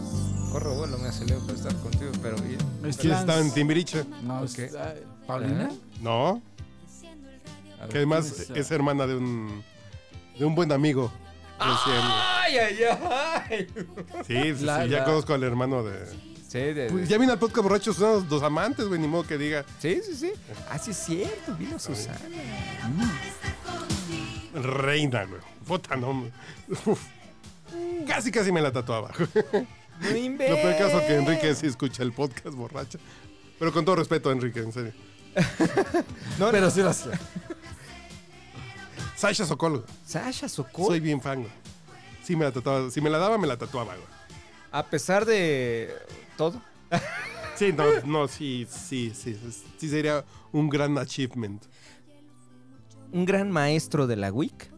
Speaker 2: Corro, vuelo, me acelero para estar contigo, pero bien.
Speaker 3: Es
Speaker 1: ¿Quién
Speaker 3: Flans.
Speaker 1: está en Timbiriche?
Speaker 3: No, es-
Speaker 2: Ok.
Speaker 3: ah, ¿Paulina?
Speaker 1: No.
Speaker 8: Enciendo el radio.
Speaker 3: A ver,
Speaker 1: Que además
Speaker 3: ¿quién es?
Speaker 1: es hermana de un, de un buen amigo. Recién.
Speaker 2: ¡Ay, ay, ay!
Speaker 1: Sí, sí,
Speaker 3: Ah. La-
Speaker 1: sí, ya
Speaker 3: la-
Speaker 1: conozco al hermano de.
Speaker 2: Sí, de- de-
Speaker 1: Pues ya vino al podcast borrachos, son los dos amantes, güey, ni modo que diga.
Speaker 2: sí, sí, sí. Ah, sí, es cierto, vino Susana.
Speaker 1: Reina, güey. Puta, no. Uf. Casi, casi me la tatuaba.
Speaker 2: No
Speaker 1: Lo
Speaker 2: inventes.
Speaker 1: peor caso que
Speaker 3: Eh.
Speaker 1: Enrique sí escucha el podcast borracho. Pero con todo respeto, Enrique, en serio.
Speaker 2: No, pero sí lo hacía.
Speaker 1: Sasha Sokol, güey.
Speaker 2: Sasha Sokol.
Speaker 1: soy bien fan, güey. Sí me la tatuaba. Si me la daba, me la tatuaba, güey.
Speaker 2: A pesar de todo.
Speaker 1: Sí, no, no, sí, sí, sí. Sí sería un gran achievement.
Speaker 2: un gran maestro de la WIC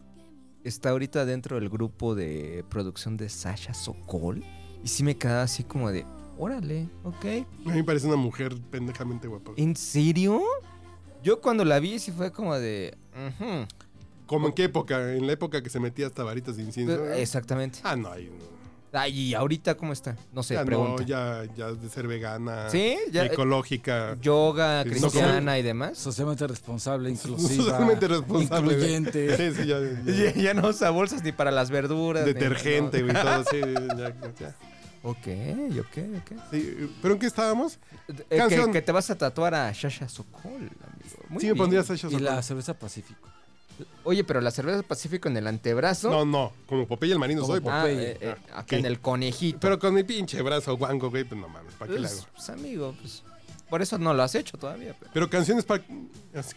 Speaker 2: está ahorita dentro del grupo de producción de Sasha Sokol. Y sí me quedaba así como de, Órale, ok.
Speaker 1: A mí me parece una mujer pendejamente guapa.
Speaker 2: ¿En serio? Yo cuando la vi sí fue como de... ujú.
Speaker 1: ¿Cómo en qué época? En la época que se metía hasta varitas de incienso.
Speaker 2: Pero- Exactamente.
Speaker 1: Ah, no, ahí no.
Speaker 2: Ay, ¿y ahorita cómo está? No sé,
Speaker 1: ya no,
Speaker 2: pregunta.
Speaker 1: ya, ya de ser vegana.
Speaker 2: ¿Sí? Ya, eh,
Speaker 1: Ecológica.
Speaker 2: yoga
Speaker 1: Sí,
Speaker 2: cristiana y demás.
Speaker 3: Socialmente responsable, inclusiva.
Speaker 1: Socialmente responsable. güey.
Speaker 3: Incluyente.
Speaker 1: Sí, sí, ya. ya.
Speaker 2: Ya, ya no usa bolsas ni para las verduras. ni-
Speaker 1: Detergente, güey, todo así. ya, ya.
Speaker 2: no. Ok, ok, ok.
Speaker 1: Sí, ¿Pero en qué estábamos?
Speaker 2: Eh, que-
Speaker 1: Canción.
Speaker 2: Que, te vas a tatuar a Shasha Sokol, amigo. Muy
Speaker 1: sí,
Speaker 2: bien.
Speaker 1: me pondría Sasha
Speaker 3: Y la
Speaker 1: Sokol.
Speaker 3: cerveza Pacífico.
Speaker 2: Oye, pero la cerveza Pacífico en el antebrazo.
Speaker 1: No, no, como Popeye el marino
Speaker 3: Como
Speaker 1: soy. pues.
Speaker 2: Ah,
Speaker 3: Popeye.
Speaker 2: eh, eh, acá
Speaker 1: ok.
Speaker 2: en el conejito.
Speaker 1: Pero con mi pinche brazo guango, güey, pues no mames, ¿para qué le hago?
Speaker 2: Pues, pues, amigo, pues, por eso no lo has hecho todavía. pero-
Speaker 1: Pero canciones para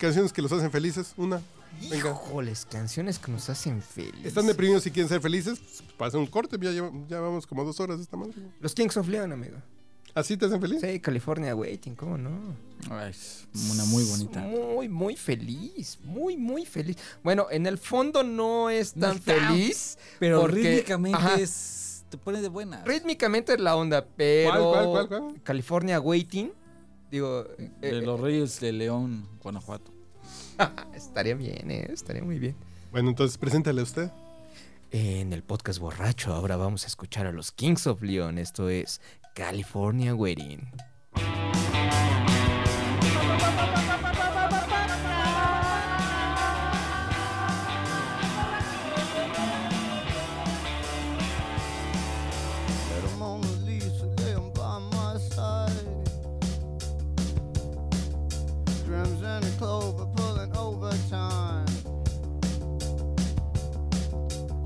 Speaker 1: canciones que los hacen felices, una. Venga.
Speaker 2: Híjoles, canciones que nos hacen felices.
Speaker 1: Están deprimidos y quieren ser felices, pues pasen un corte, ya, lleva- ya vamos como dos horas de esta madre. güey.
Speaker 2: Los Kings of Leon, amigo.
Speaker 1: ¿Así te hacen feliz?
Speaker 2: Sí, California Waiting, ¿cómo no?
Speaker 3: Ay, es una muy bonita.
Speaker 2: Muy, muy feliz. Muy, muy feliz. Bueno, en el fondo no es tan
Speaker 3: está,
Speaker 2: feliz.
Speaker 3: Pero
Speaker 2: porque-
Speaker 3: rítmicamente
Speaker 2: ajá.
Speaker 3: es. Te pone de buena.
Speaker 2: Rítmicamente es la onda, pero.
Speaker 1: ¿Cuál, cuál, cuál, cuál?
Speaker 2: California Waiting. Digo, eh,
Speaker 3: De
Speaker 2: eh,
Speaker 3: los Reyes de León, Guanajuato.
Speaker 2: estaría bien, eh, estaría muy bien.
Speaker 1: Bueno, entonces preséntale a usted.
Speaker 2: En el podcast borracho, ahora vamos a escuchar a los Kings of Leon. Esto es California Waiting.
Speaker 9: Little Mona Lisa laying by my side. Drums and a clover pulling overtime.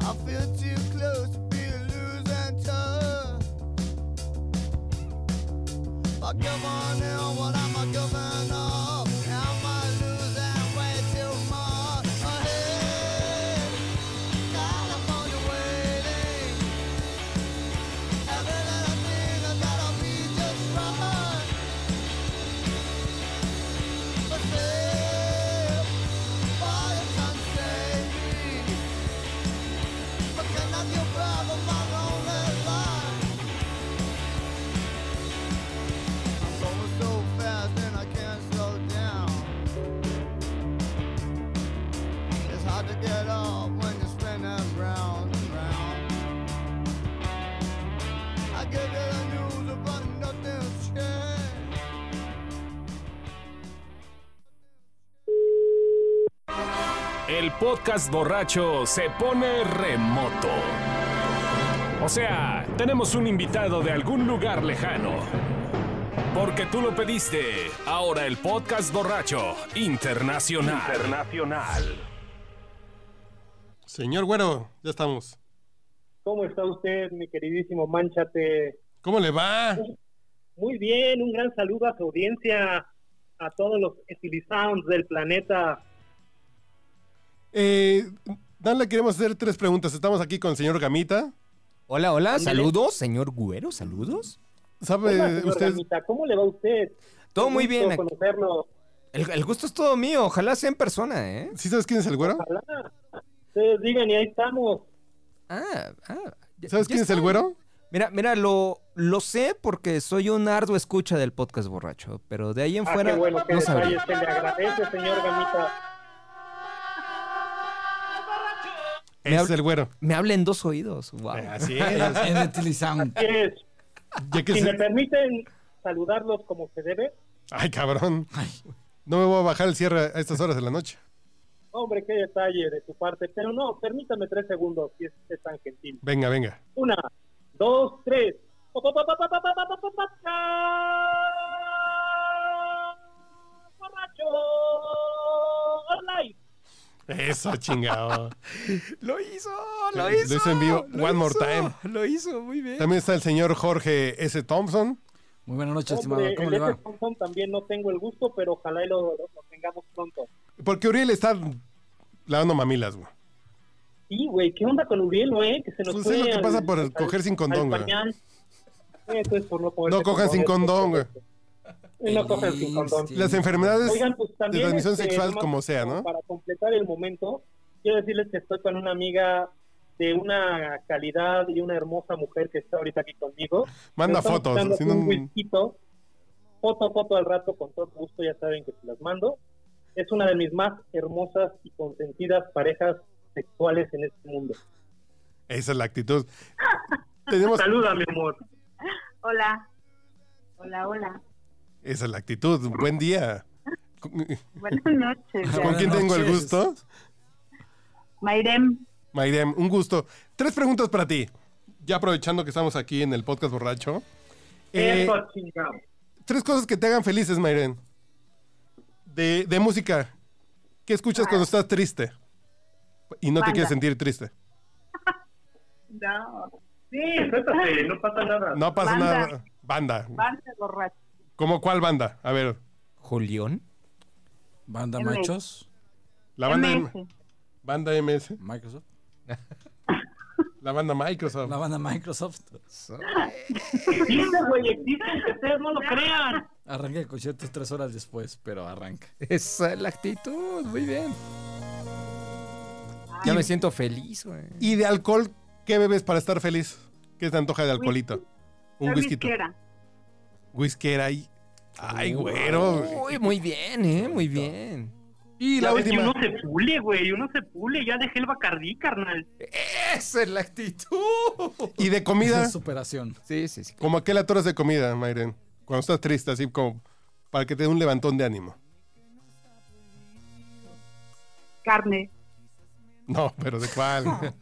Speaker 9: I feel too close to be a losing touch. But come on now, what am I giving up? Am I losing way too much? Ahead, California waiting. Every little thing I gotta be just right. But still, why you can't save me? But can I give up on my lonely life? I'm going so fast and I can't slow down. It's hard to get up when you're spinning round and round. I give you the news, but nothing's changed.
Speaker 4: El podcast borracho se pone remoto. O sea, tenemos un invitado de algún lugar lejano. Porque tú lo pediste. Ahora el podcast borracho internacional. Internacional.
Speaker 1: Señor Güero, ya estamos.
Speaker 10: ¿Cómo está usted, mi queridísimo Manchate?
Speaker 1: ¿Cómo le va?
Speaker 10: Muy bien, un gran saludo a su audiencia, a todos los estilizados del planeta.
Speaker 1: Eh, Dan, le queremos hacer tres preguntas. Estamos aquí con el señor Gamita.
Speaker 2: Hola, hola,
Speaker 10: Ándale.
Speaker 2: saludos, señor Güero, saludos.
Speaker 1: ¿Sabe
Speaker 10: Hola, señor
Speaker 1: usted?
Speaker 10: Ramita, ¿Cómo le va a usted?
Speaker 2: Eh, Todo
Speaker 10: Un
Speaker 2: muy
Speaker 10: gusto
Speaker 2: bien. aquí.
Speaker 10: conocerlo.
Speaker 2: El, el gusto es todo mío, ojalá sea en persona, ¿eh?
Speaker 1: ¿Sí sabes quién es el Güero?
Speaker 10: Hola. Ustedes digan y ahí estamos.
Speaker 2: Ah, ah. ya-
Speaker 1: ¿Sabes
Speaker 2: ya
Speaker 1: quién es el
Speaker 2: está.
Speaker 1: Güero?
Speaker 2: Mira, mira, lo, lo sé porque soy un arduo escucha del podcast borracho, pero de ahí en
Speaker 10: Ah,
Speaker 2: fuera
Speaker 10: qué bueno que
Speaker 2: no
Speaker 10: detalle,
Speaker 2: sabría.
Speaker 10: se le agradece, señor Gamita.
Speaker 2: Me
Speaker 1: Ese
Speaker 2: hab-
Speaker 1: es el Güero. Eh,
Speaker 2: Me habla en dos oídos, wow.
Speaker 1: Así
Speaker 3: En
Speaker 1: es.
Speaker 3: en Tilly Sound.
Speaker 10: ¿Quieres?
Speaker 1: Ya que
Speaker 10: Si
Speaker 1: se-
Speaker 10: me permiten saludarlos como se debe.
Speaker 1: Ay, cabrón. No me voy a bajar el cierre a estas horas de la noche.
Speaker 10: Hombre, qué detalle de su parte. Pero no, permítame tres segundos, si es usted tan gentil.
Speaker 1: Venga, venga.
Speaker 10: Una, dos, tres.
Speaker 1: Eso, chingado.
Speaker 2: Lo hizo,
Speaker 1: Lo hizo en vivo, one more time.
Speaker 2: Lo hizo, muy bien.
Speaker 1: También está el señor Jorge S. Thompson.
Speaker 3: Muy buenas noches, estimado.
Speaker 10: Hombre,
Speaker 3: ¿Cómo
Speaker 10: el
Speaker 3: le va?
Speaker 10: F. Thompson también no tengo el gusto, pero ojalá y lo, lo tengamos pronto.
Speaker 1: Porque Uriel está lavando mamilas, güey.
Speaker 10: Sí, güey, ¿qué onda con Uriel, güey? Que se nos
Speaker 1: Pues
Speaker 10: fue
Speaker 1: es lo que
Speaker 10: al-
Speaker 1: pasa por
Speaker 10: al-
Speaker 1: coger sin
Speaker 10: al
Speaker 1: condón, güey.
Speaker 10: pañal. Eso es por no coger
Speaker 1: No cojan sin condón, güey.
Speaker 10: No cojan sin condón.
Speaker 1: Las enfermedades
Speaker 10: Oigan, pues
Speaker 1: de
Speaker 10: también.
Speaker 1: transmisión
Speaker 10: este,
Speaker 1: sexual,
Speaker 10: nomás
Speaker 1: como sea, ¿no?
Speaker 10: Para completar el momento, quiero decirles que estoy con una amiga de una calidad y una hermosa mujer que está ahorita aquí conmigo.
Speaker 1: Manda
Speaker 10: Estamos
Speaker 1: fotos,
Speaker 10: echando
Speaker 1: si
Speaker 10: un
Speaker 1: no-
Speaker 10: whiskito. foto a foto al rato con todo gusto, ya saben que se las mando. Es una de mis más hermosas y consentidas parejas sexuales en este mundo.
Speaker 1: Esa es la actitud. Tenemos,
Speaker 10: Saluda, mi amor.
Speaker 6: Hola. Hola, hola.
Speaker 1: esa es la actitud. Buen día. ¿Con,
Speaker 6: Buenas noches.
Speaker 3: Ah,
Speaker 1: ¿con quién tengo el
Speaker 6: noches.
Speaker 1: gusto?
Speaker 6: Mayrem,
Speaker 1: Mayrem, un gusto. Tres preguntas para ti. Ya aprovechando que estamos aquí en el podcast borracho. Eh,
Speaker 10: Eso, chingado.
Speaker 1: tres cosas que te hagan felices, Mayrem. De, de música. ¿Qué escuchas cuando estás triste? Y no te
Speaker 6: Banda.
Speaker 1: quieres sentir triste.
Speaker 6: no. Sí.
Speaker 10: Suéltate, no pasa nada.
Speaker 1: No pasa
Speaker 6: Banda.
Speaker 1: nada. Banda.
Speaker 6: Banda borracho.
Speaker 1: ¿Cómo cuál banda? A ver.
Speaker 2: ¿Julión?
Speaker 3: Banda
Speaker 6: MS.
Speaker 3: Machos,
Speaker 1: La banda
Speaker 6: MS.
Speaker 1: M- banda MS.
Speaker 3: Microsoft.
Speaker 1: La banda Microsoft.
Speaker 3: La banda Microsoft.
Speaker 10: Existe, güey, existe, que ustedes no lo crean.
Speaker 3: Arranca el concierto tres horas después, pero arranca.
Speaker 2: Esa es la actitud, muy bien. Ya me siento feliz, güey.
Speaker 1: ¿Y de alcohol qué bebes para estar feliz? ¿Qué te antoja de alcoholito? Un
Speaker 6: Soy
Speaker 1: whisky.
Speaker 6: whiskera.
Speaker 1: Whiskera y. Ay, güero.
Speaker 2: Uy, muy bien, eh, muy bien.
Speaker 1: Y
Speaker 10: Ya
Speaker 1: la
Speaker 10: ves que
Speaker 1: última.
Speaker 10: uno se pule, güey, uno se pule. Ya dejé el bacardí, carnal.
Speaker 2: Esa es la actitud.
Speaker 1: Y de
Speaker 3: Esa
Speaker 1: comida.
Speaker 3: es superación.
Speaker 2: Sí, sí, sí.
Speaker 1: ¿Cómo a qué le atoras de comida, Mayren? Cuando estás triste, así como para que te dé un levantón de ánimo.
Speaker 6: Carne.
Speaker 1: No, pero ¿de cuál?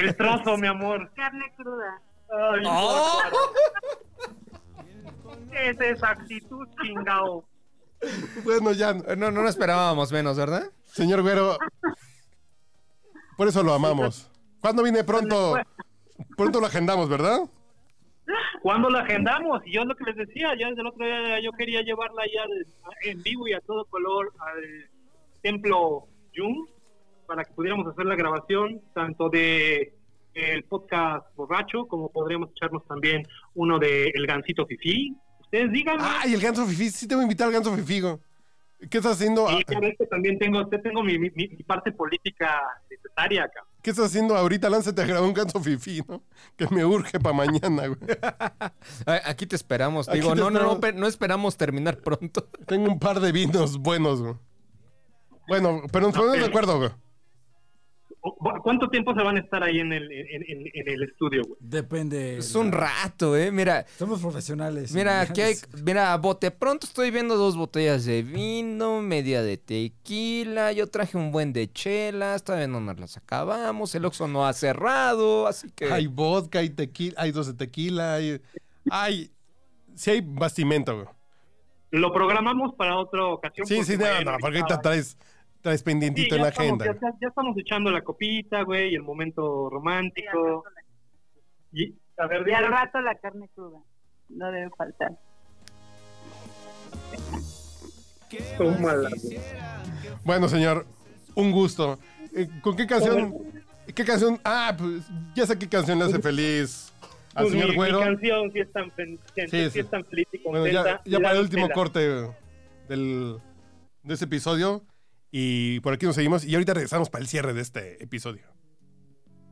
Speaker 10: El trozo, mi amor.
Speaker 6: Carne cruda.
Speaker 10: Ay,
Speaker 2: ¡Oh!
Speaker 10: ¿Qué es esa actitud, chingao?
Speaker 1: bueno, ya.
Speaker 2: No, no lo esperábamos menos, ¿verdad?
Speaker 1: Señor güero. Por eso lo amamos. ¿Cuándo viene pronto? Pronto lo agendamos, ¿verdad?
Speaker 10: ¿Cuándo la agendamos? Y yo es lo que les decía, yo desde el otro día yo quería llevarla ya al- a- en vivo y a todo color al templo Yum para que pudiéramos hacer la grabación tanto de el podcast borracho como podríamos echarnos también uno de El Gancito Fifi. Ustedes díganme.
Speaker 1: Ay, el ganso fifí. Sí te voy a invitar al ganso fifigo. ¿Qué estás haciendo? Ah,
Speaker 10: Y ya ves que también tengo, tengo mi, mi- mi parte política necesaria acá.
Speaker 1: ¿Qué estás haciendo ahorita? Lánzate a grabar un ganso fifí, ¿no? Que me urge para mañana, güey.
Speaker 2: A- Aquí te esperamos.
Speaker 1: Aquí
Speaker 2: Digo,
Speaker 1: te
Speaker 2: no, no, no,
Speaker 1: esperamos.
Speaker 2: pe- no esperamos terminar pronto.
Speaker 1: Tengo un par de vinos buenos, güey. Bueno, pero nos ponemos de acuerdo, güey.
Speaker 10: O- ¿Cuánto tiempo se van a estar ahí en el, en, en- en el estudio, güey?
Speaker 3: Depende.
Speaker 2: Es un rato, eh. Mira,
Speaker 3: Somos profesionales.
Speaker 2: mira,
Speaker 3: Sí.
Speaker 2: aquí hay, mira, a bote pronto estoy viendo dos botellas de vino, media de tequila, yo traje un buen de chelas, todavía no nos las acabamos, el Oxxo no ha cerrado, así que...
Speaker 1: Hay vodka, hay tequila, hay dos de tequila, hay. hay sí, hay bastimento, güey.
Speaker 10: Lo programamos para otra ocasión.
Speaker 1: Sí,
Speaker 10: porque,
Speaker 1: sí, no,
Speaker 10: bueno,
Speaker 1: no, porque
Speaker 10: estaba-
Speaker 1: ahorita traes, traes
Speaker 10: Sí,
Speaker 1: pendientito
Speaker 10: ya
Speaker 1: en la
Speaker 10: estamos-
Speaker 1: agenda.
Speaker 10: Ya, ya estamos echando la copita, güey, y el momento romántico. Y, a ver,
Speaker 6: Y al
Speaker 10: dime,
Speaker 6: rato la carne cruda. No debe faltar.
Speaker 10: tómala.
Speaker 1: Bueno, señor, un gusto. Eh, ¿Con qué canción? ¿Qué canción? Ah, pues ya sé qué canción le hace feliz al
Speaker 10: Pues mi-
Speaker 1: señor
Speaker 10: mi
Speaker 1: Güero.
Speaker 10: canción sí es tan, fen-
Speaker 1: Sí,
Speaker 10: sí es
Speaker 1: sí.
Speaker 10: tan feliz y
Speaker 1: Bueno, ya,
Speaker 10: contenta.
Speaker 1: ya
Speaker 10: y
Speaker 1: para el
Speaker 10: la
Speaker 1: último
Speaker 10: pela.
Speaker 1: corte del, de este episodio. Y por aquí nos seguimos. Y ahorita regresamos para el cierre de este episodio.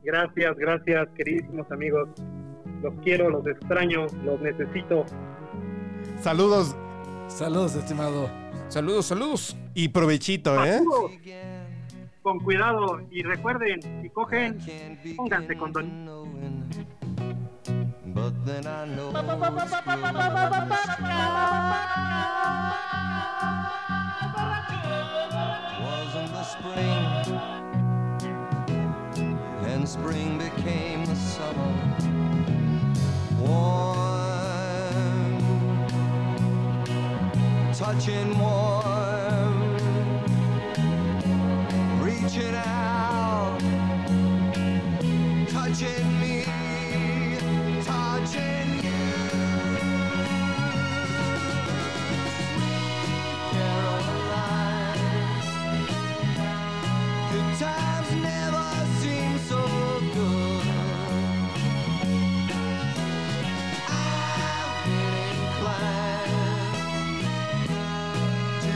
Speaker 10: Gracias, gracias, queridísimos amigos. Los quiero, los extraño, los necesito.
Speaker 1: Saludos
Speaker 3: Saludos, estimado.
Speaker 2: Saludos, saludos.
Speaker 1: y provechito, ¿eh?
Speaker 10: Con cuidado y recuerden, si cogen, pónganse condón.
Speaker 11: But then I know was in the spring, and spring became the summer. Warm, touching warm, reaching out, touching me, touching you. Sweet Caroline. Good times never seem so good. I've been inclined to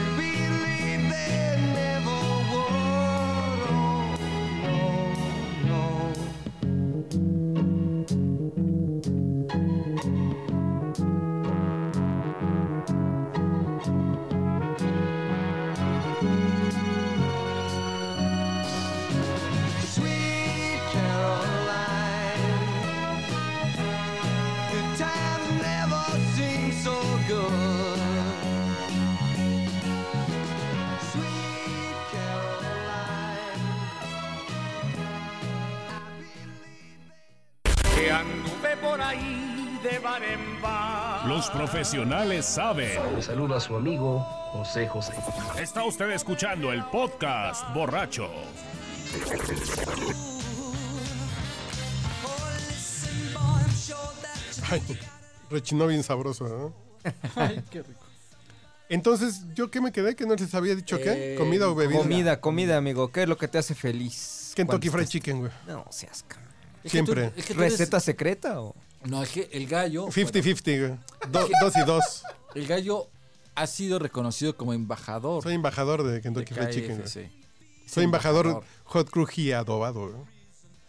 Speaker 12: por ahí de bar en bar.
Speaker 4: Los profesionales saben.
Speaker 13: Le saluda a su amigo José José.
Speaker 4: Está usted escuchando el podcast borracho.
Speaker 1: Ay, rechinó bien sabroso, ¿no?
Speaker 3: Ay, qué rico.
Speaker 1: Entonces, ¿yo qué me quedé? ¿Que no les había dicho
Speaker 3: Eh,
Speaker 1: qué? ¿Comida o bebida?
Speaker 2: Comida, comida, amigo. ¿Qué es lo que te hace feliz?
Speaker 1: Kentucky Fried
Speaker 2: ¿Cuántos te-
Speaker 1: Chicken, güey.
Speaker 2: No, seas ca-
Speaker 1: Es que tú- Siempre. es que tú eres-
Speaker 2: ¿Receta secreta o...?
Speaker 3: No, es que el gallo.
Speaker 1: 50-50, güey. Do- dos y dos.
Speaker 3: El gallo ha sido reconocido como embajador.
Speaker 1: Soy embajador de Kentucky Fried Chicken, güey.
Speaker 3: KFC.
Speaker 1: Soy embajador,
Speaker 3: embajador.
Speaker 1: hot cruji adobado, güey.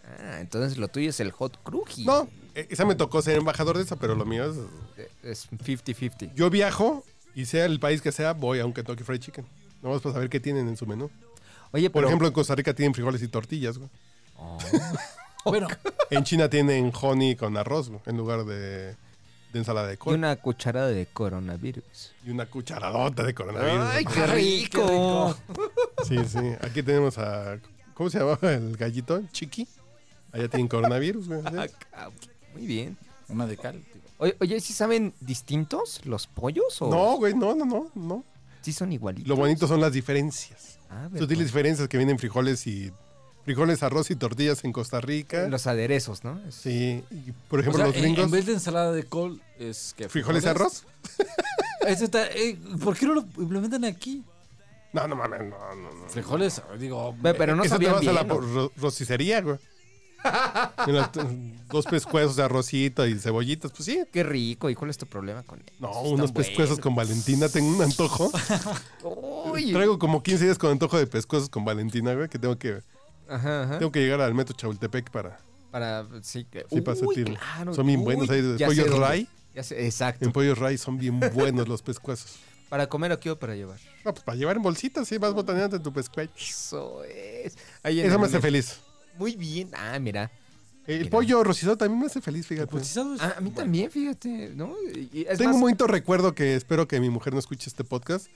Speaker 2: Ah, entonces lo tuyo es el hot cruji.
Speaker 1: No, eh, esa me tocó ser embajador de esa, pero lo mío es...
Speaker 2: Es 50-50.
Speaker 1: Yo viajo y sea el país que sea, voy a un Kentucky Fried Chicken. Nomás para saber qué tienen en su menú.
Speaker 2: Oye,
Speaker 1: Por
Speaker 2: pero-
Speaker 1: ejemplo, en Costa Rica tienen frijoles y tortillas, güey.
Speaker 3: Bueno,
Speaker 1: En China tienen honey con arroz, güey, en lugar de, de ensalada de
Speaker 2: Y
Speaker 1: col.
Speaker 2: una cucharada de coronavirus.
Speaker 1: Y una cucharadota de coronavirus.
Speaker 2: ¡Ay,
Speaker 1: güey.
Speaker 2: qué rico!
Speaker 1: Sí, sí. Aquí tenemos a... ¿Cómo se llamaba el gallito? Chiqui. Allá tienen coronavirus, güey.
Speaker 2: Ah, Muy bien.
Speaker 3: Una de cal. tío.
Speaker 2: Oye, oye, ¿sí saben distintos los pollos? O
Speaker 1: No, güey, no, no, no, no.
Speaker 2: ¿Sí son igualitos?
Speaker 1: Lo bonito son las diferencias.
Speaker 2: Ah, ¿verdad?
Speaker 1: Sutiles diferencias que vienen frijoles y... Frijoles, arroz y tortillas en Costa Rica.
Speaker 2: Los aderezos, ¿no? Es-
Speaker 1: Sí. y, por ejemplo,
Speaker 3: O sea,
Speaker 1: los
Speaker 3: en-
Speaker 1: gringos...
Speaker 3: En vez de ensalada de col, es que.
Speaker 1: ¿Frijoles y arroz?
Speaker 3: Eso está, eh, ¿Por qué no lo implementan aquí?
Speaker 1: No, no mames, no, no, no.
Speaker 3: Frijoles, digo.
Speaker 2: Ve, pero no
Speaker 1: Eso te
Speaker 2: sabían
Speaker 1: vas
Speaker 2: bien.
Speaker 1: a la
Speaker 2: ¿no?
Speaker 1: por- ro- rosicería, güey. En las t- dos pescuezos de arrocito y cebollitas, pues sí.
Speaker 2: Qué rico. ¿Y cuál es tu problema con eso?
Speaker 1: No,
Speaker 2: Están
Speaker 1: unos pescuezos con Valentina, tengo un antojo.
Speaker 2: buenos. Uy.
Speaker 1: Traigo como 15 días con antojo de pescuezos con Valentina, güey, que tengo que
Speaker 2: ¿Eh? Ajá, ajá.
Speaker 1: tengo que llegar al metro Chapultepec para
Speaker 2: Para, sí, que...
Speaker 1: Sí, para
Speaker 2: Uy,
Speaker 1: sentirlo.
Speaker 2: claro,
Speaker 1: Son bien
Speaker 2: uy,
Speaker 1: buenos ahí de
Speaker 2: ya sé
Speaker 1: pollos
Speaker 2: dónde.
Speaker 1: Ray.
Speaker 2: Ya sé, exacto.
Speaker 1: en Pollos Ray son bien buenos los pescuezos.
Speaker 2: ¿Para comer o qué o para llevar?
Speaker 1: No, pues para llevar en bolsitas, sí, vas botaneando en tu pescuezo.
Speaker 2: Eso es. Ahí en
Speaker 1: Eso
Speaker 2: el
Speaker 1: me hace
Speaker 2: mes.
Speaker 1: feliz.
Speaker 2: Muy bien. Ah, mira.
Speaker 1: El
Speaker 2: Mira.
Speaker 1: pollo rosizado también me hace feliz, fíjate.
Speaker 3: Rostizado es-
Speaker 2: Ah, a mí
Speaker 3: pues, bueno.
Speaker 2: también, fíjate, ¿no? Y- y es
Speaker 1: Pues, Tengo
Speaker 2: más-
Speaker 1: un bonito recuerdo que espero que mi mujer no escuche este podcast.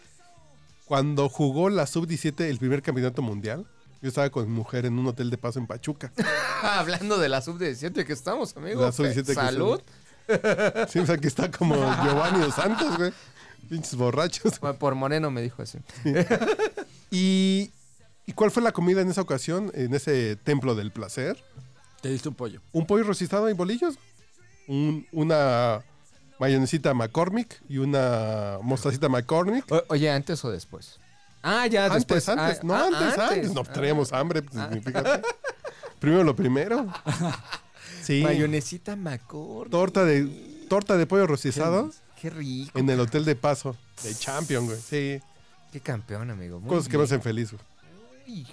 Speaker 1: Cuando jugó la Sub-17 el primer campeonato mundial, yo estaba con mi mujer en un hotel de paso en Pachuca.
Speaker 2: Hablando de la sub-17 que estamos, amigo.
Speaker 1: La sub-17 que
Speaker 2: Salud.
Speaker 1: Sí, o sea, que está como Giovanni dos Santos, güey. Pinches borrachos.
Speaker 2: Fue Por Moreno me dijo así.
Speaker 1: Y, ¿Y cuál fue la comida en esa ocasión, en ese templo del placer?
Speaker 3: Te diste un pollo.
Speaker 1: Un pollo rocistado en bolillos, un- una mayonesita McCormick y una mostacita McCormick.
Speaker 2: O- oye, antes o después. Ah, ya,
Speaker 1: Antes,
Speaker 2: después.
Speaker 1: antes,
Speaker 2: Ah,
Speaker 1: no,
Speaker 2: ah,
Speaker 1: antes, antes, No, traíamos hambre, pues, fíjate. Primero lo primero. Sí.
Speaker 2: Mayonesita Macor.
Speaker 1: Torta de, torta de pollo rostizado
Speaker 2: Qué rico.
Speaker 1: en el Hotel de Paso de Champion, güey. Sí.
Speaker 2: Qué campeón, amigo. Muy
Speaker 1: Cosas que me
Speaker 2: bien.
Speaker 1: hacen feliz, güey.
Speaker 2: Uy,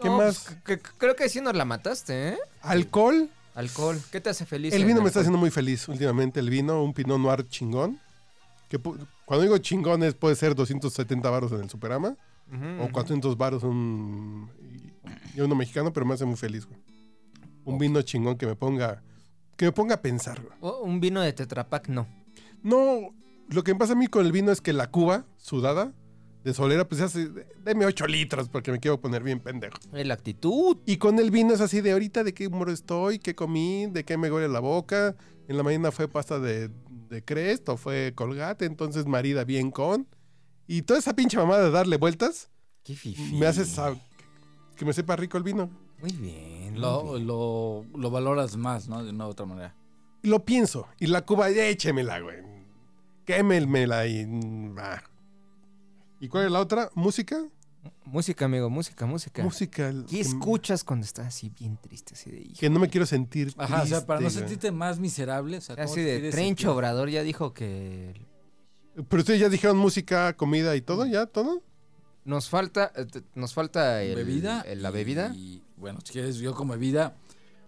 Speaker 1: ¿Qué
Speaker 2: no,
Speaker 1: más?
Speaker 2: pues, c- c- creo que sí nos la mataste, ¿eh?
Speaker 1: Alcohol.
Speaker 2: Alcohol. ¿Qué te hace feliz?
Speaker 1: El
Speaker 2: en
Speaker 1: vino me está
Speaker 2: alcohol?
Speaker 1: haciendo muy feliz últimamente. El vino, un Pinot Noir chingón. Que pu- cuando digo chingón es, puede ser 270 baros en el Superama
Speaker 2: Ujú,
Speaker 1: o 400 baros un, y uno mexicano, pero me hace muy feliz, güey. Un vino chingón que me ponga que me ponga a pensar, güey.
Speaker 2: O Oh, un vino de Tetrapac, no.
Speaker 1: No, lo que me pasa a mí con el vino es que la cuba sudada de solera, pues hace, deme 8 litros porque me quiero poner bien pendejo.
Speaker 2: Eh, La actitud.
Speaker 1: Y con el vino es así de ahorita de qué humor estoy, qué comí, de qué me huele la boca. En la mañana fue pasta de, de crest o fue colgate, entonces marida bien con. Y toda esa pinche mamada de darle vueltas
Speaker 2: Qué fifí.
Speaker 1: me hace sab- que me sepa rico el vino.
Speaker 2: Muy bien. muy bien.
Speaker 3: Lo, lo, lo valoras más, ¿no? De una u otra manera.
Speaker 1: Y lo pienso. Y la cuba, ya échemela, güey. Quémelmela y... bah. ¿Y cuál es la otra? ¿Música?
Speaker 2: Música, amigo, música, música.
Speaker 1: Música.
Speaker 2: ¿Qué
Speaker 1: que-
Speaker 2: escuchas cuando estás así bien triste, así de hijo?
Speaker 1: Que no me quiero sentir
Speaker 3: Ajá, o sea, para no
Speaker 1: triste, güey.
Speaker 3: sentirte más miserable. O sea, ¿cómo
Speaker 2: Así
Speaker 3: te
Speaker 2: de
Speaker 3: quieres
Speaker 2: Trencho
Speaker 3: sentir?
Speaker 2: Obrador ya dijo que
Speaker 1: Pero ustedes ya dijeron música, comida y todo, ¿ya? ¿Todo?
Speaker 2: nos falta eh, te- nos falta el-
Speaker 3: bebida.
Speaker 2: el- la bebida.
Speaker 3: Y bueno, si quieres, yo con bebida.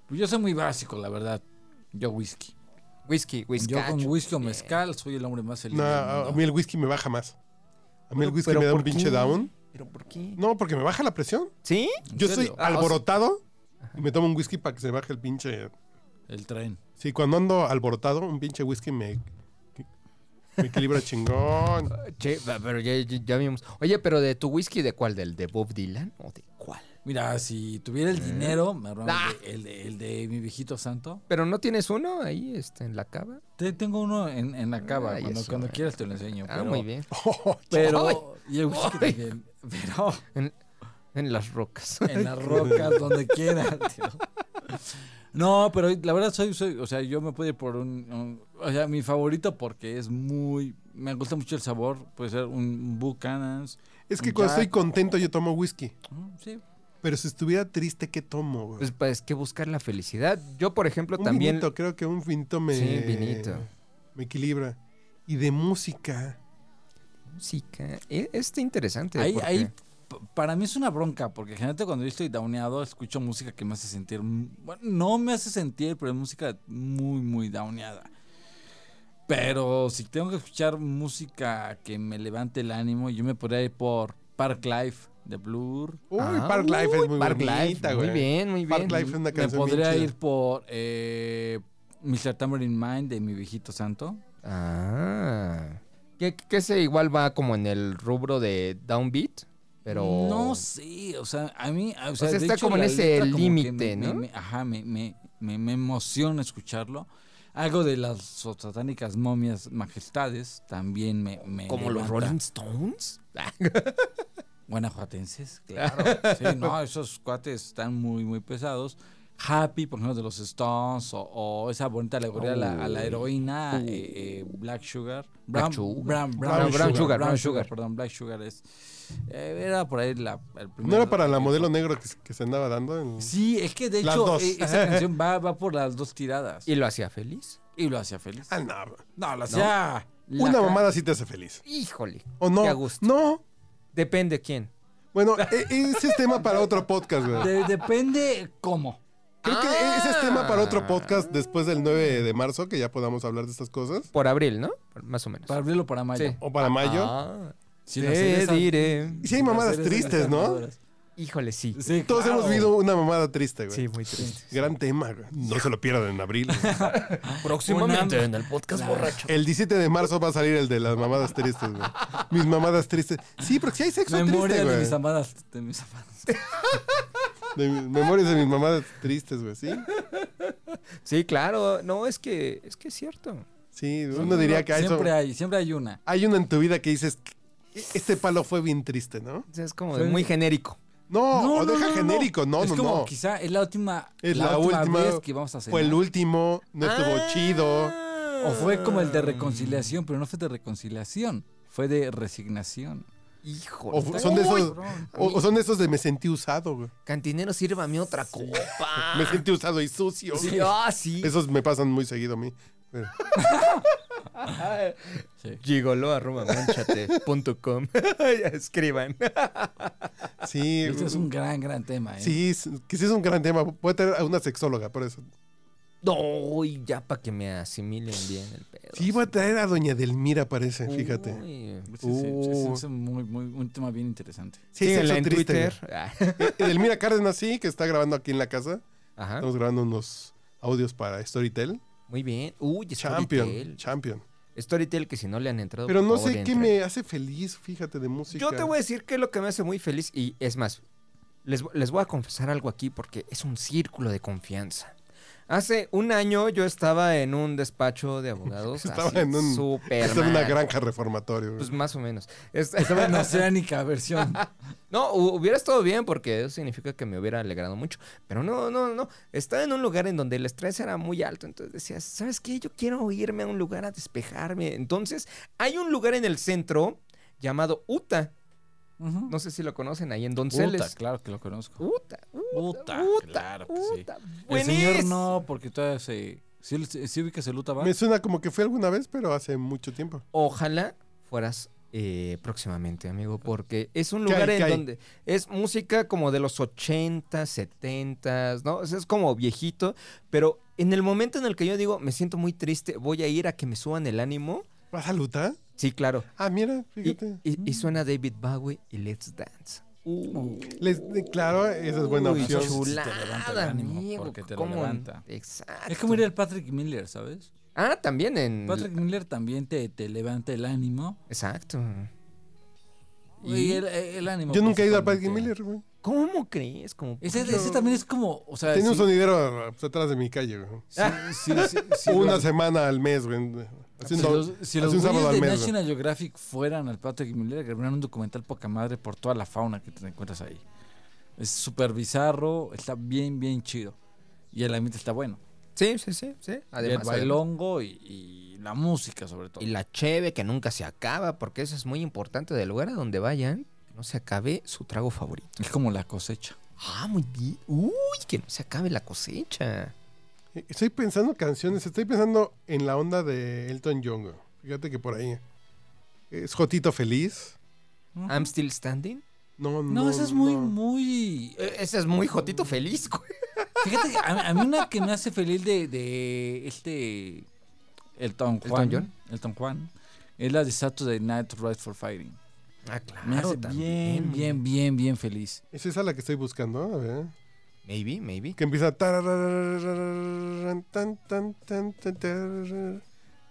Speaker 3: Pues yo soy muy básico, la verdad. Yo whisky.
Speaker 2: Whisky, whisky.
Speaker 3: Yo con whisky o mezcal soy el hombre más feliz.
Speaker 1: No,
Speaker 3: del
Speaker 1: a, a
Speaker 3: mundo.
Speaker 1: mí el whisky me baja más. A mí el
Speaker 2: Pero-
Speaker 1: whisky
Speaker 2: pero
Speaker 1: me da un
Speaker 2: ¿por
Speaker 1: pinche
Speaker 2: qué?
Speaker 1: down.
Speaker 2: ¿Pero por qué?
Speaker 1: No, porque me baja la presión.
Speaker 2: ¿Sí?
Speaker 1: Yo
Speaker 3: serio?
Speaker 1: estoy
Speaker 2: Ah, o sea-
Speaker 1: alborotado y me tomo un whisky para que se baje el pinche.
Speaker 3: El tren.
Speaker 1: Sí, cuando ando alborotado, un pinche whisky me, me equilibra chingón.
Speaker 2: Che, va, pero ya, ya- ya vimos. Oye, pero de tu whisky de cuál? ¿Del de Bob Dylan o de cuál?
Speaker 3: Mira, si tuviera el
Speaker 2: ¿Eh?
Speaker 3: dinero, me armaba
Speaker 2: Ah.
Speaker 3: el, de, el de- el de mi viejito santo.
Speaker 2: ¿Pero no tienes uno ahí este, en la cava?
Speaker 3: Te- Tengo uno en, en la cava.
Speaker 2: Ay,
Speaker 3: cuando
Speaker 2: eso,
Speaker 3: cuando
Speaker 2: eh.
Speaker 3: quieras te lo enseño.
Speaker 2: Ah,
Speaker 3: pero-
Speaker 2: muy bien.
Speaker 3: Pero.
Speaker 2: Ay,
Speaker 3: y el whisky
Speaker 2: ay.
Speaker 3: también, Pero.
Speaker 2: En, en las rocas.
Speaker 3: En las rocas, donde quiera. tío. No, pero la verdad soy, soy- o sea, yo me puedo ir por un, un- o sea, mi favorito porque es muy, me gusta mucho el sabor, puede ser un Buchanan's.
Speaker 1: Es que
Speaker 3: un
Speaker 1: cuando
Speaker 3: Jack.
Speaker 1: estoy contento yo tomo whisky.
Speaker 3: sí.
Speaker 1: Pero si estuviera triste, ¿qué tomo, güey?
Speaker 2: Pues, pues, es que buscar la felicidad. Yo, por ejemplo,
Speaker 1: Un
Speaker 2: también...
Speaker 1: vinito, creo que un vinito me...
Speaker 2: Sí, vinito.
Speaker 1: Me equilibra. Y de música...
Speaker 2: Música. e- Este interesante.
Speaker 3: Ahí,
Speaker 2: porque-
Speaker 3: ahí, p- para mí es una bronca, porque generalmente cuando yo estoy downeado escucho música que me hace sentir, m- bueno, no me hace sentir, pero es música muy, muy downeada. Pero si tengo que escuchar música que me levante el ánimo, yo me podría ir por Park Life de Blur.
Speaker 1: Uy, Park Life es muy
Speaker 2: Ah, Park
Speaker 1: bonita,
Speaker 2: Life,
Speaker 1: güey.
Speaker 2: muy bien, muy
Speaker 1: Park
Speaker 2: bien.
Speaker 1: Life es una
Speaker 3: Me
Speaker 1: canción bien
Speaker 3: podría
Speaker 1: chida.
Speaker 3: ir por eh, Mr. Tambourine Mind de mi viejito santo.
Speaker 2: Ah. Que, que se igual va como en el rubro de downbeat, pero...
Speaker 3: No sé, o sea, a mí... O sea,
Speaker 2: sea,
Speaker 3: de
Speaker 2: está
Speaker 3: hecho,
Speaker 2: como en
Speaker 3: la
Speaker 2: ese
Speaker 3: letra como que
Speaker 2: límite,
Speaker 3: me-
Speaker 2: ¿no?
Speaker 3: me- me- ajá, me, me, me, me emociona escucharlo. Algo de las satánicas momias majestades también me... me
Speaker 2: ¿Como los
Speaker 3: levanta.
Speaker 2: Rolling Stones?
Speaker 3: Guanajuatenses, claro. Sí, no, esos cuates están muy, muy pesados. Happy, por ejemplo, de los Stones, o, o esa bonita alegoría a, la, a la
Speaker 2: Uy.
Speaker 3: heroína,
Speaker 2: Uy.
Speaker 3: eh, eh, Black Sugar.
Speaker 2: Black
Speaker 3: Brown,
Speaker 2: Sugar. Brown
Speaker 3: Brown,
Speaker 2: Sugar, Brown
Speaker 3: Brown
Speaker 2: Sugar.
Speaker 3: Sugar, perdón, Black Sugar es. eh, era por ahí la, el primer.
Speaker 1: ¿No era para la modelo negro que, se- que se andaba dando? en-
Speaker 3: Sí, es que de
Speaker 1: Las
Speaker 3: hecho,
Speaker 1: dos.
Speaker 3: eh, esa canción va, va por las dos tiradas.
Speaker 2: ¿Y lo hacía feliz?
Speaker 3: Y lo hacía feliz.
Speaker 1: Ah, no.
Speaker 3: No, lo hacía.
Speaker 1: Una
Speaker 3: lacra.
Speaker 1: mamada sí te hace feliz.
Speaker 2: Híjole.
Speaker 1: ¿O no?
Speaker 2: Qué a gusto.
Speaker 1: No.
Speaker 2: Depende quién.
Speaker 1: Bueno, e- ese es tema para otro podcast, güey.
Speaker 3: De- depende cómo.
Speaker 1: Creo que e, ese es tema para
Speaker 3: Ah.
Speaker 1: otro podcast después del 9 de marzo, que ya podamos hablar de estas cosas.
Speaker 2: Por abril, ¿no? Por- Más o menos.
Speaker 3: Para abrirlo para mayo.
Speaker 2: Sí.
Speaker 1: O para mayo.
Speaker 2: Ah.
Speaker 3: Sí, las
Speaker 2: te
Speaker 3: cerezas-
Speaker 2: diré.
Speaker 1: Y si hay mamadas
Speaker 3: las cerezas
Speaker 1: tristes, ¿no?
Speaker 3: desgarradoras.
Speaker 2: Híjole, sí.
Speaker 3: Sí,
Speaker 1: Todos
Speaker 3: claro.
Speaker 1: hemos vivido una mamada triste, güey.
Speaker 2: Sí, muy triste.
Speaker 1: Gran tema, güey. No se lo pierdan en abril.
Speaker 2: Próximamente
Speaker 3: Una-
Speaker 2: en el podcast
Speaker 3: Claro.
Speaker 2: borracho.
Speaker 1: El 17 de marzo va a salir el de las mamadas tristes, güey. Mis mamadas tristes. Sí, porque si hay sexo
Speaker 3: Memoria
Speaker 1: triste,
Speaker 3: de
Speaker 1: güey.
Speaker 3: mis amadas. De mis amadas.
Speaker 1: De mis- memorias de mis mamadas tristes, güey, ¿sí?
Speaker 2: Sí, claro. No, es que es que es cierto.
Speaker 1: Sí, uno diría que hay eso.
Speaker 3: siempre hay, siempre hay una.
Speaker 1: Hay una en tu vida que dices, este palo fue bien triste, ¿no?
Speaker 2: O sea, es como
Speaker 3: Fue-
Speaker 2: de muy genérico.
Speaker 1: No, o deja genérico, no,
Speaker 3: es
Speaker 1: no,
Speaker 3: como
Speaker 1: no.
Speaker 3: quizá es la última,
Speaker 1: Es
Speaker 3: la
Speaker 1: la
Speaker 3: última,
Speaker 1: última,
Speaker 3: vez que vamos a hacer.
Speaker 1: Fue el último, no estuvo chido.
Speaker 3: O fue como el de reconciliación, pero no fue de reconciliación, fue de resignación.
Speaker 2: Híjole.
Speaker 1: O fu- son de esos, o, o son de esos de me sentí usado, güey.
Speaker 2: Cantinero, sírvame otra copa.
Speaker 1: Me sentí usado y sucio.
Speaker 2: Sí,
Speaker 1: güey.
Speaker 2: ah, sí.
Speaker 1: Esos me pasan muy seguido a mí. Pero-
Speaker 2: gigolo.manchate.com. Escriban.
Speaker 1: Sí,
Speaker 3: Este es un gran, gran tema. ¿eh?
Speaker 1: sí, es- que sí es un gran tema. Voy a tener a una sexóloga por eso.
Speaker 2: No, y ya para que me asimilen bien el pedo.
Speaker 1: Sí, voy a traer a Doña Delmira, parece, fíjate.
Speaker 2: Uy.
Speaker 3: Sí, sí, sí,
Speaker 1: Uh.
Speaker 3: sí, es un, muy, muy, un tema bien interesante.
Speaker 1: Sí, hay
Speaker 2: Síguenla
Speaker 1: sexo
Speaker 2: en
Speaker 1: triste,
Speaker 2: Twitter. Ah,
Speaker 1: güey. Eh, Delmira Cárdenas, sí, que está grabando aquí en la casa.
Speaker 2: Ajá.
Speaker 1: Estamos grabando unos audios para Storytel.
Speaker 2: Muy bien. Uy,
Speaker 1: Champion,
Speaker 2: Storytel.
Speaker 1: champion.
Speaker 2: Storytel que si no le han entrado.
Speaker 1: Pero
Speaker 2: por
Speaker 1: no
Speaker 2: favor,
Speaker 1: sé qué
Speaker 2: entren.
Speaker 1: me hace feliz, fíjate, de música.
Speaker 2: Yo te voy a decir qué es lo que me hace muy feliz y es más, les, les voy a confesar algo aquí porque es un círculo de confianza. Hace un año yo estaba en un despacho de abogados.
Speaker 1: Estaba
Speaker 2: así,
Speaker 1: en un-
Speaker 2: súper
Speaker 1: Está en una
Speaker 2: mal.
Speaker 1: granja reformatorio. güey.
Speaker 2: Pues más o menos. Es-
Speaker 3: Estaba en oceánica versión.
Speaker 2: no, hu- hubiera estado bien porque eso significa que me hubiera alegrado mucho. Pero no, no, no. Estaba en un lugar en donde el estrés era muy alto. Entonces decías, ¿sabes qué? Yo quiero irme a un lugar a despejarme. Entonces hay un lugar en el centro llamado UTA.
Speaker 3: Ujú.
Speaker 2: No sé si lo conocen ahí en Donceles.
Speaker 3: Puta, claro que lo conozco.
Speaker 2: Uta, uta,
Speaker 3: Uta,
Speaker 2: uta,
Speaker 3: claro que sí.
Speaker 2: uta.
Speaker 3: El señor
Speaker 2: Buenísimo.
Speaker 3: no, porque todavía se. ¿Sí, sí ubicas el Uta Bar?
Speaker 1: Me suena como que fue alguna vez, pero hace mucho tiempo.
Speaker 2: Ojalá fueras eh, próximamente, amigo, porque es un
Speaker 1: ¿Qué hay,
Speaker 2: lugar en
Speaker 1: qué hay?
Speaker 2: donde es música como de los 80, 70, ¿no? O sea, es como viejito, pero en el momento en el que yo digo, me siento muy triste, voy a ir a que me suban el ánimo.
Speaker 1: ¿Vas a lutar?
Speaker 2: Sí, claro.
Speaker 1: Ah, mira,
Speaker 2: Y,
Speaker 1: fíjate.
Speaker 2: y-
Speaker 3: Mm.
Speaker 2: y suena David Bowie y Let's Dance.
Speaker 3: Uh.
Speaker 1: Les- eh, claro, esa es buena
Speaker 2: Uy,
Speaker 1: opción.
Speaker 3: chula.
Speaker 2: Chulada,
Speaker 3: Te levanta el ánimo,
Speaker 2: amigo,
Speaker 3: porque te lo
Speaker 2: ¿cómo no?
Speaker 3: levanta.
Speaker 2: Exacto.
Speaker 3: Es como ir al Patrick Miller, ¿sabes?
Speaker 2: Ah, también en...
Speaker 3: Patrick Miller también te, te levanta el ánimo.
Speaker 2: Exacto.
Speaker 3: Y el, el ánimo.
Speaker 1: Yo nunca he ido a Patrick
Speaker 3: principalmente.
Speaker 1: Miller, güey.
Speaker 2: ¿Cómo crees? Como
Speaker 3: Ese, ese también es como, o sea,
Speaker 1: Tiene un
Speaker 3: Ah, sí,
Speaker 1: sonidero pues, atrás de mi calle, güey.
Speaker 3: Sí, sí, sí, sí,
Speaker 1: Una
Speaker 3: lo-
Speaker 1: semana al mes, güey. Así un,
Speaker 3: Si los,
Speaker 1: do-
Speaker 3: si
Speaker 1: así
Speaker 3: los
Speaker 1: un
Speaker 3: güeyes
Speaker 1: sábado al
Speaker 3: de
Speaker 1: mes. güey.
Speaker 3: National Geographic fueran al Patrick Miller, grabarían un documental poca madre por toda la fauna que te encuentras ahí. Es súper bizarro, está bien, bien chido. Y el ambiente está bueno.
Speaker 2: Sí, sí, sí, sí.
Speaker 3: Y el
Speaker 2: Además,
Speaker 3: bailongo y, y la música, sobre todo.
Speaker 2: Y la cheve que nunca se acaba, porque eso es muy importante del lugar a donde vayan, que no se acabe su trago favorito.
Speaker 3: Es como la cosecha.
Speaker 2: Ah, muy bien. Uy, que no se acabe la cosecha.
Speaker 1: Eh, Estoy pensando canciones, estoy pensando en la onda de Elton John. güey. Fíjate que por ahí. eh, Es Jotito Feliz.
Speaker 2: I'm still standing.
Speaker 1: No, no.
Speaker 3: No, esa es muy,
Speaker 1: no.
Speaker 3: muy.
Speaker 2: Eh, Ese es muy jotito feliz, güey.
Speaker 3: Fíjate, a, a mí una que me hace feliz de, de este. Elton Juan.
Speaker 2: John?
Speaker 3: Elton Juan. Es la de Saturday Night Ride for Fighting.
Speaker 2: Ah, claro.
Speaker 3: Me hace bien, bien, bien, bien feliz.
Speaker 1: Es esa la que estoy buscando, a ver.
Speaker 2: Maybe, maybe.
Speaker 1: Que empieza. tararararararán, tan, tan, tan, tan,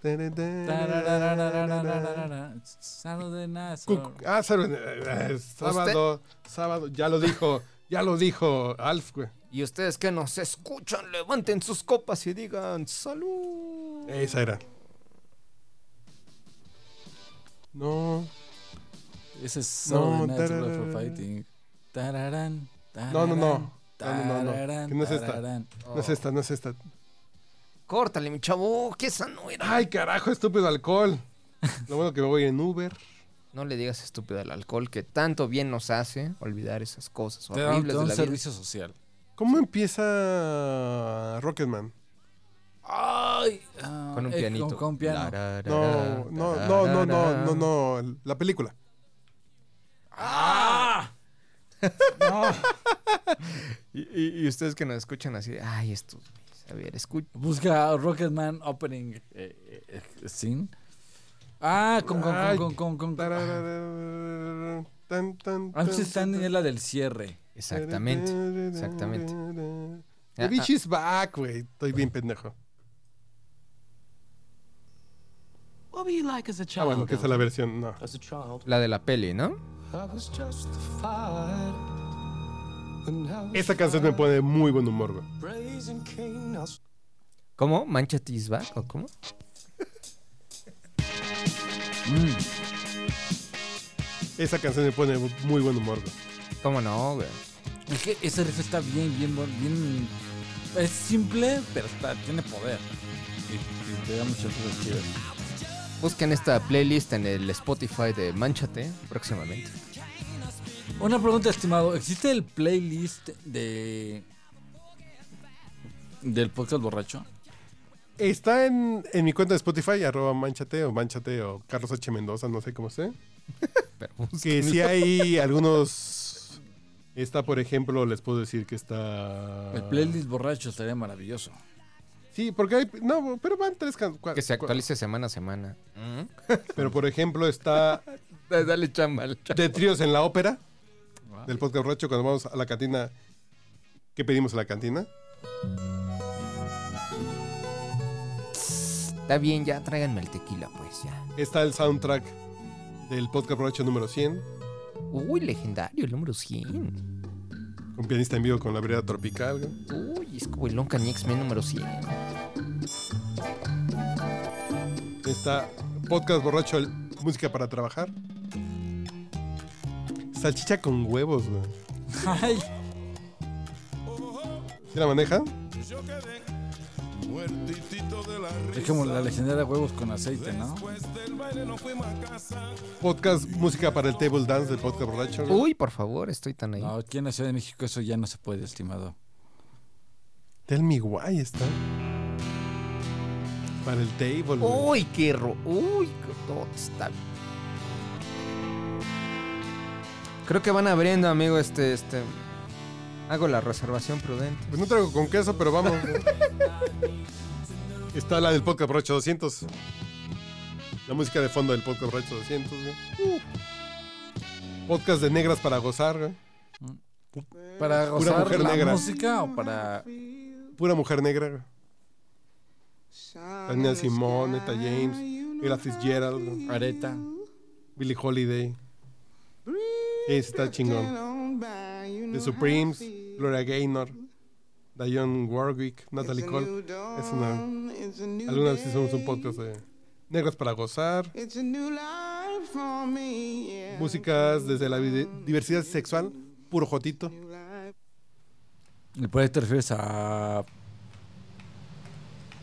Speaker 1: tarar, tarararararararán.
Speaker 3: Saturday Night.
Speaker 1: Cu- Ah, sábado, eh, eh, sábado, sábado, ya lo dijo, ya lo dijo Alf, güey.
Speaker 2: Y ustedes que nos escuchan, levanten sus copas y digan salud.
Speaker 1: Esa era. No,
Speaker 3: Ese es
Speaker 1: No,
Speaker 3: Saturday Night Ride for
Speaker 1: tarararán.
Speaker 3: Fighting. Tararán,
Speaker 1: no, no, no, no, no, no, no,
Speaker 3: tararán,
Speaker 1: que no es esta,
Speaker 3: tararán.
Speaker 1: no es esta, no es esta.
Speaker 2: Córtale, mi chavo, que esa no era.
Speaker 1: Ay, carajo, estúpido alcohol. Lo bueno que me voy en Uber.
Speaker 2: No le digas estúpido al alcohol que tanto bien nos hace olvidar esas cosas
Speaker 3: Te da un- te
Speaker 2: horribles
Speaker 3: da
Speaker 2: de
Speaker 3: un
Speaker 2: la vida.
Speaker 3: servicio social.
Speaker 1: ¿Cómo empieza Rocketman?
Speaker 3: Ay, ah,
Speaker 2: Con un
Speaker 3: eh,
Speaker 2: pianito.
Speaker 3: Con, con piano.
Speaker 2: Lararara,
Speaker 1: No, no, no, no, no, no, no, la película.
Speaker 3: ¡Ah! No.
Speaker 2: Y, y- y ustedes que nos escuchan así, de, ay, estos güeyes". A ver, escucha.
Speaker 3: Busca Rocketman Opening eh, eh, eh, Scene. Ah, con, con,
Speaker 1: Ay,
Speaker 3: con, con, con, con. ah,
Speaker 1: Tararararararán, tan, tan,
Speaker 3: I'm
Speaker 1: tan,
Speaker 3: Still Standing
Speaker 1: tan,
Speaker 3: es la del cierre.
Speaker 2: Ah, Exactamente, exactamente. Ah,
Speaker 1: The bitch is back, güey. Estoy bien pendejo.
Speaker 12: What were you like as a
Speaker 1: Ah,
Speaker 12: child?
Speaker 1: bueno, que esa es la versión, no.
Speaker 13: As a child,
Speaker 2: La de la peli, ¿no?
Speaker 13: I was justified. And now
Speaker 1: Esta canción me pone muy buen humor, güey.
Speaker 13: brazen king, I was
Speaker 2: ¿Cómo? ¿Mancha Tisba? ¿O cómo?
Speaker 1: Esa canción me pone muy buen humor, güey.
Speaker 2: ¿Cómo no, güey?
Speaker 3: Es que ese riff está bien, bien, bon- bien. Es simple, pero está, tiene poder. Y, y te da muchas cosas chidas.
Speaker 2: Busquen esta playlist en el Spotify de Manchate próximamente.
Speaker 3: Una pregunta, estimado. ¿Existe el playlist de. del podcast borracho?
Speaker 1: Está en, en mi cuenta de Spotify, arroba manchate o manchate o Carlos H. Mendoza, no sé cómo sé.
Speaker 2: Pero
Speaker 1: Que
Speaker 2: busquen-
Speaker 1: si hay algunos. Está, por ejemplo, les puedo decir que está.
Speaker 3: El playlist borracho estaría maravilloso.
Speaker 1: Sí, porque hay. No, pero van tres canciones.
Speaker 2: que se actualice semana a semana.
Speaker 1: Pero, por ejemplo, está
Speaker 2: Mm. Dale chamba. al chavo.
Speaker 1: de tríos en la ópera del podcast borracho cuando vamos a la cantina. ¿Qué pedimos en la cantina?
Speaker 2: Está bien, ya tráiganme el tequila, pues ya.
Speaker 1: Está el soundtrack del podcast borracho número 100
Speaker 2: Uy, legendario, el número 100.
Speaker 1: con pianista en vivo con la vereda tropical. güey.
Speaker 2: Uy, es como el Loncan y X-Men número 100.
Speaker 1: Está podcast borracho el- música para trabajar. Salchicha con huevos, güey.
Speaker 3: Ay,
Speaker 1: ¿Sí la maneja?
Speaker 3: es como la legendaria huevos con aceite, ¿no?
Speaker 1: Podcast música para el table dance del podcast borracho. güey.
Speaker 2: Uy, por favor, estoy tan ahí.
Speaker 3: No, aquí en la Ciudad de México eso ya no se puede, estimado.
Speaker 1: Tell me why está. Para el table. güey.
Speaker 2: Uy, qué ro... Uy, qué todo está... Creo que van abriendo, amigo, este, este... Hago la reservación prudente.
Speaker 1: Pues no traigo con queso, pero vamos. Está la del podcast borracho 200. La música de fondo del podcast borracho 200. güey. Podcast de negras para gozar. güey.
Speaker 3: ¿Para
Speaker 1: Pura
Speaker 3: gozar
Speaker 1: mujer
Speaker 3: la
Speaker 1: negra.
Speaker 3: música o para...?
Speaker 1: Pura mujer negra. güey. Está Nina Simone, está James, Ella Fitzgerald, güey.
Speaker 3: Areta.
Speaker 1: Billie Holiday. Sí, está chingón.
Speaker 9: on by, you
Speaker 1: um, The Supremes, Gloria Gaynor, Dionne Warwick, Natalie
Speaker 13: It's a
Speaker 1: Cole.
Speaker 13: new
Speaker 1: Es una, alguna vez hicimos un podcast de Negros eh. para Gozar,
Speaker 13: It's a new life for me, yeah.
Speaker 1: músicas desde la vide- diversidad sexual, puro jotito.
Speaker 3: Y por ahí te refieres a.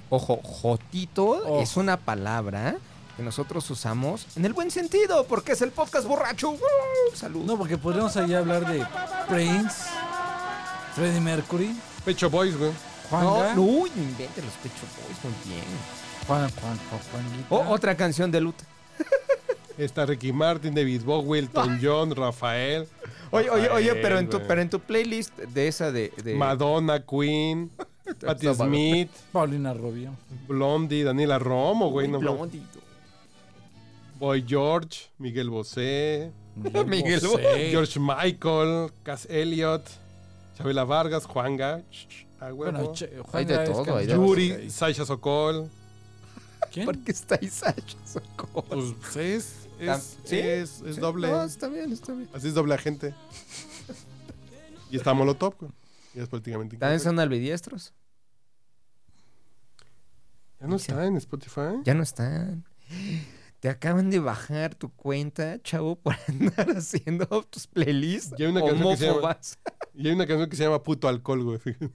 Speaker 2: Ojo, jotito es una palabra que nosotros usamos en el buen sentido, porque es el podcast borracho. ¡Woo! Salud.
Speaker 3: No, porque podríamos allá hablar de Prince, Freddie Mercury.
Speaker 1: Pecho Boys, güey.
Speaker 3: Juanga.
Speaker 2: No, uy, invente los Pecho Boys, muy bien.
Speaker 3: Juan, Juan, Juan, Juanguita.
Speaker 2: Oh, otra canción de luta.
Speaker 1: Está Ricky Martin, David Bowie, Elton John, Rafael.
Speaker 2: Oye, oye, oye,
Speaker 1: Rafael,
Speaker 2: pero en tu,
Speaker 1: güey.
Speaker 2: pero en tu playlist de esa de... de-
Speaker 1: Madonna, Queen, Patti
Speaker 2: Sábado.
Speaker 1: Smith,
Speaker 3: Paulina Rubio.
Speaker 1: Blondie, Daniela Romo, güey.
Speaker 2: Uy,
Speaker 1: No, mames.
Speaker 2: Blondie.
Speaker 1: Boy George, Miguel Bosé,
Speaker 2: Miguel
Speaker 3: Bosé. Bosé.
Speaker 1: George Michael, Cass Elliot, Chabela Vargas, Juanga, ch- ch- a huevo,
Speaker 3: Bueno, che, Juanga
Speaker 2: Hay de
Speaker 3: es
Speaker 2: todo,
Speaker 3: can-
Speaker 2: hay de-
Speaker 1: Yuri,
Speaker 3: ok.
Speaker 1: Sasha Sokol.
Speaker 3: ¿Quién?
Speaker 2: ¿Por qué está ahí Sasha Sokol?
Speaker 1: Pues es,
Speaker 2: Tam-
Speaker 1: es,
Speaker 2: ¿sí?
Speaker 1: es, es doble.
Speaker 2: No, está bien, está bien.
Speaker 1: Así es doble agente. Y está Molotov, güey. Y es prácticamente
Speaker 2: ¿También
Speaker 1: incorrecto.
Speaker 2: son albidiestros?
Speaker 1: Ya no está en Spotify.
Speaker 2: Ya no están. Te acaban de bajar tu cuenta, chavo, por andar haciendo tus playlists
Speaker 1: Y hay una canción que se llama-
Speaker 2: homófobas.
Speaker 1: Y hay una canción que se llama Puto Alcohol, güey.
Speaker 2: No,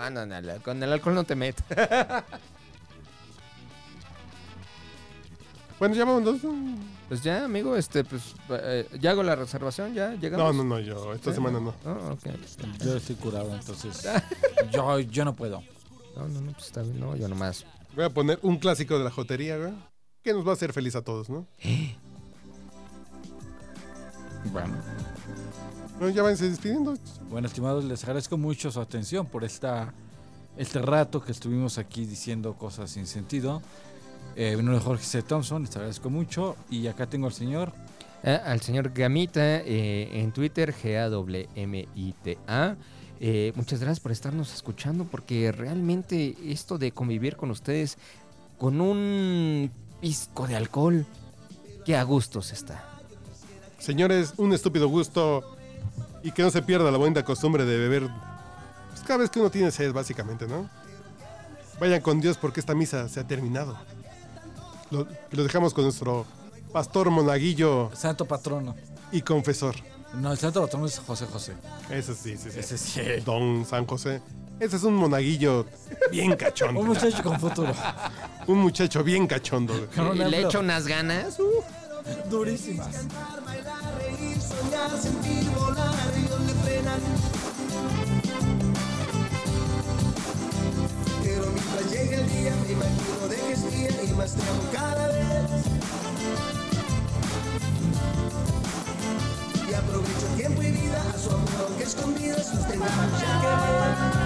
Speaker 2: Ah, no, no, la- con el alcohol no te metas.
Speaker 1: Bueno, ya vamos dos.
Speaker 2: Pues ya, amigo, este, pues, eh, ya hago la reservación, ya
Speaker 1: No,
Speaker 2: llegamos.
Speaker 1: no, no, yo. Esta
Speaker 2: ¿Eh?
Speaker 1: semana no.
Speaker 2: No, ok.
Speaker 3: Yo estoy curado, entonces. Yo, yo no puedo.
Speaker 2: No, no, no, pues está bien, no, yo nomás.
Speaker 1: Voy a poner un clásico de la jotería, güey. Que nos va a hacer feliz a todos, ¿no?
Speaker 3: Bueno.
Speaker 1: Bueno, ya váyanse despidiendo.
Speaker 3: Bueno, estimados, les agradezco mucho su atención por esta, este rato que estuvimos aquí diciendo cosas sin sentido. Eh, mi nombre es Jorge C. Thompson, les agradezco mucho. Y acá tengo al señor.
Speaker 2: Ah, al señor Gamita eh, en Twitter, G-A-W-M-I-T-A. Eh, muchas gracias por estarnos escuchando, porque realmente esto de convivir con ustedes con un pisco de alcohol, qué a gustos está.
Speaker 1: Señores, un estúpido gusto. Y que no se pierda la bonita costumbre de beber. Pues cada vez que uno tiene sed, básicamente, ¿no? Vayan con Dios porque esta misa se ha terminado. Lo, lo dejamos con nuestro pastor monaguillo
Speaker 3: Santo Patrono.
Speaker 1: y confesor.
Speaker 3: No, el Santo Patrono es José José.
Speaker 1: Ese sí, sí, sí.
Speaker 3: Ese sí.
Speaker 1: Don San José. Ese es un monaguillo bien cachondo.
Speaker 3: Un muchacho con futuro.
Speaker 1: Un muchacho bien cachondo. güey.
Speaker 3: Con
Speaker 2: Y
Speaker 3: una
Speaker 2: Eh, le
Speaker 3: flor
Speaker 2: echo unas ganas. uf.
Speaker 3: Durísimas.
Speaker 9: soñar, sentir, volar, ríos me frenan. Pero mientras llega el día, me imagino de que es día y más te amo cada vez. Y aprovecho tiempo y vida, a su amor aunque escondidas nos tengamos ya que ver.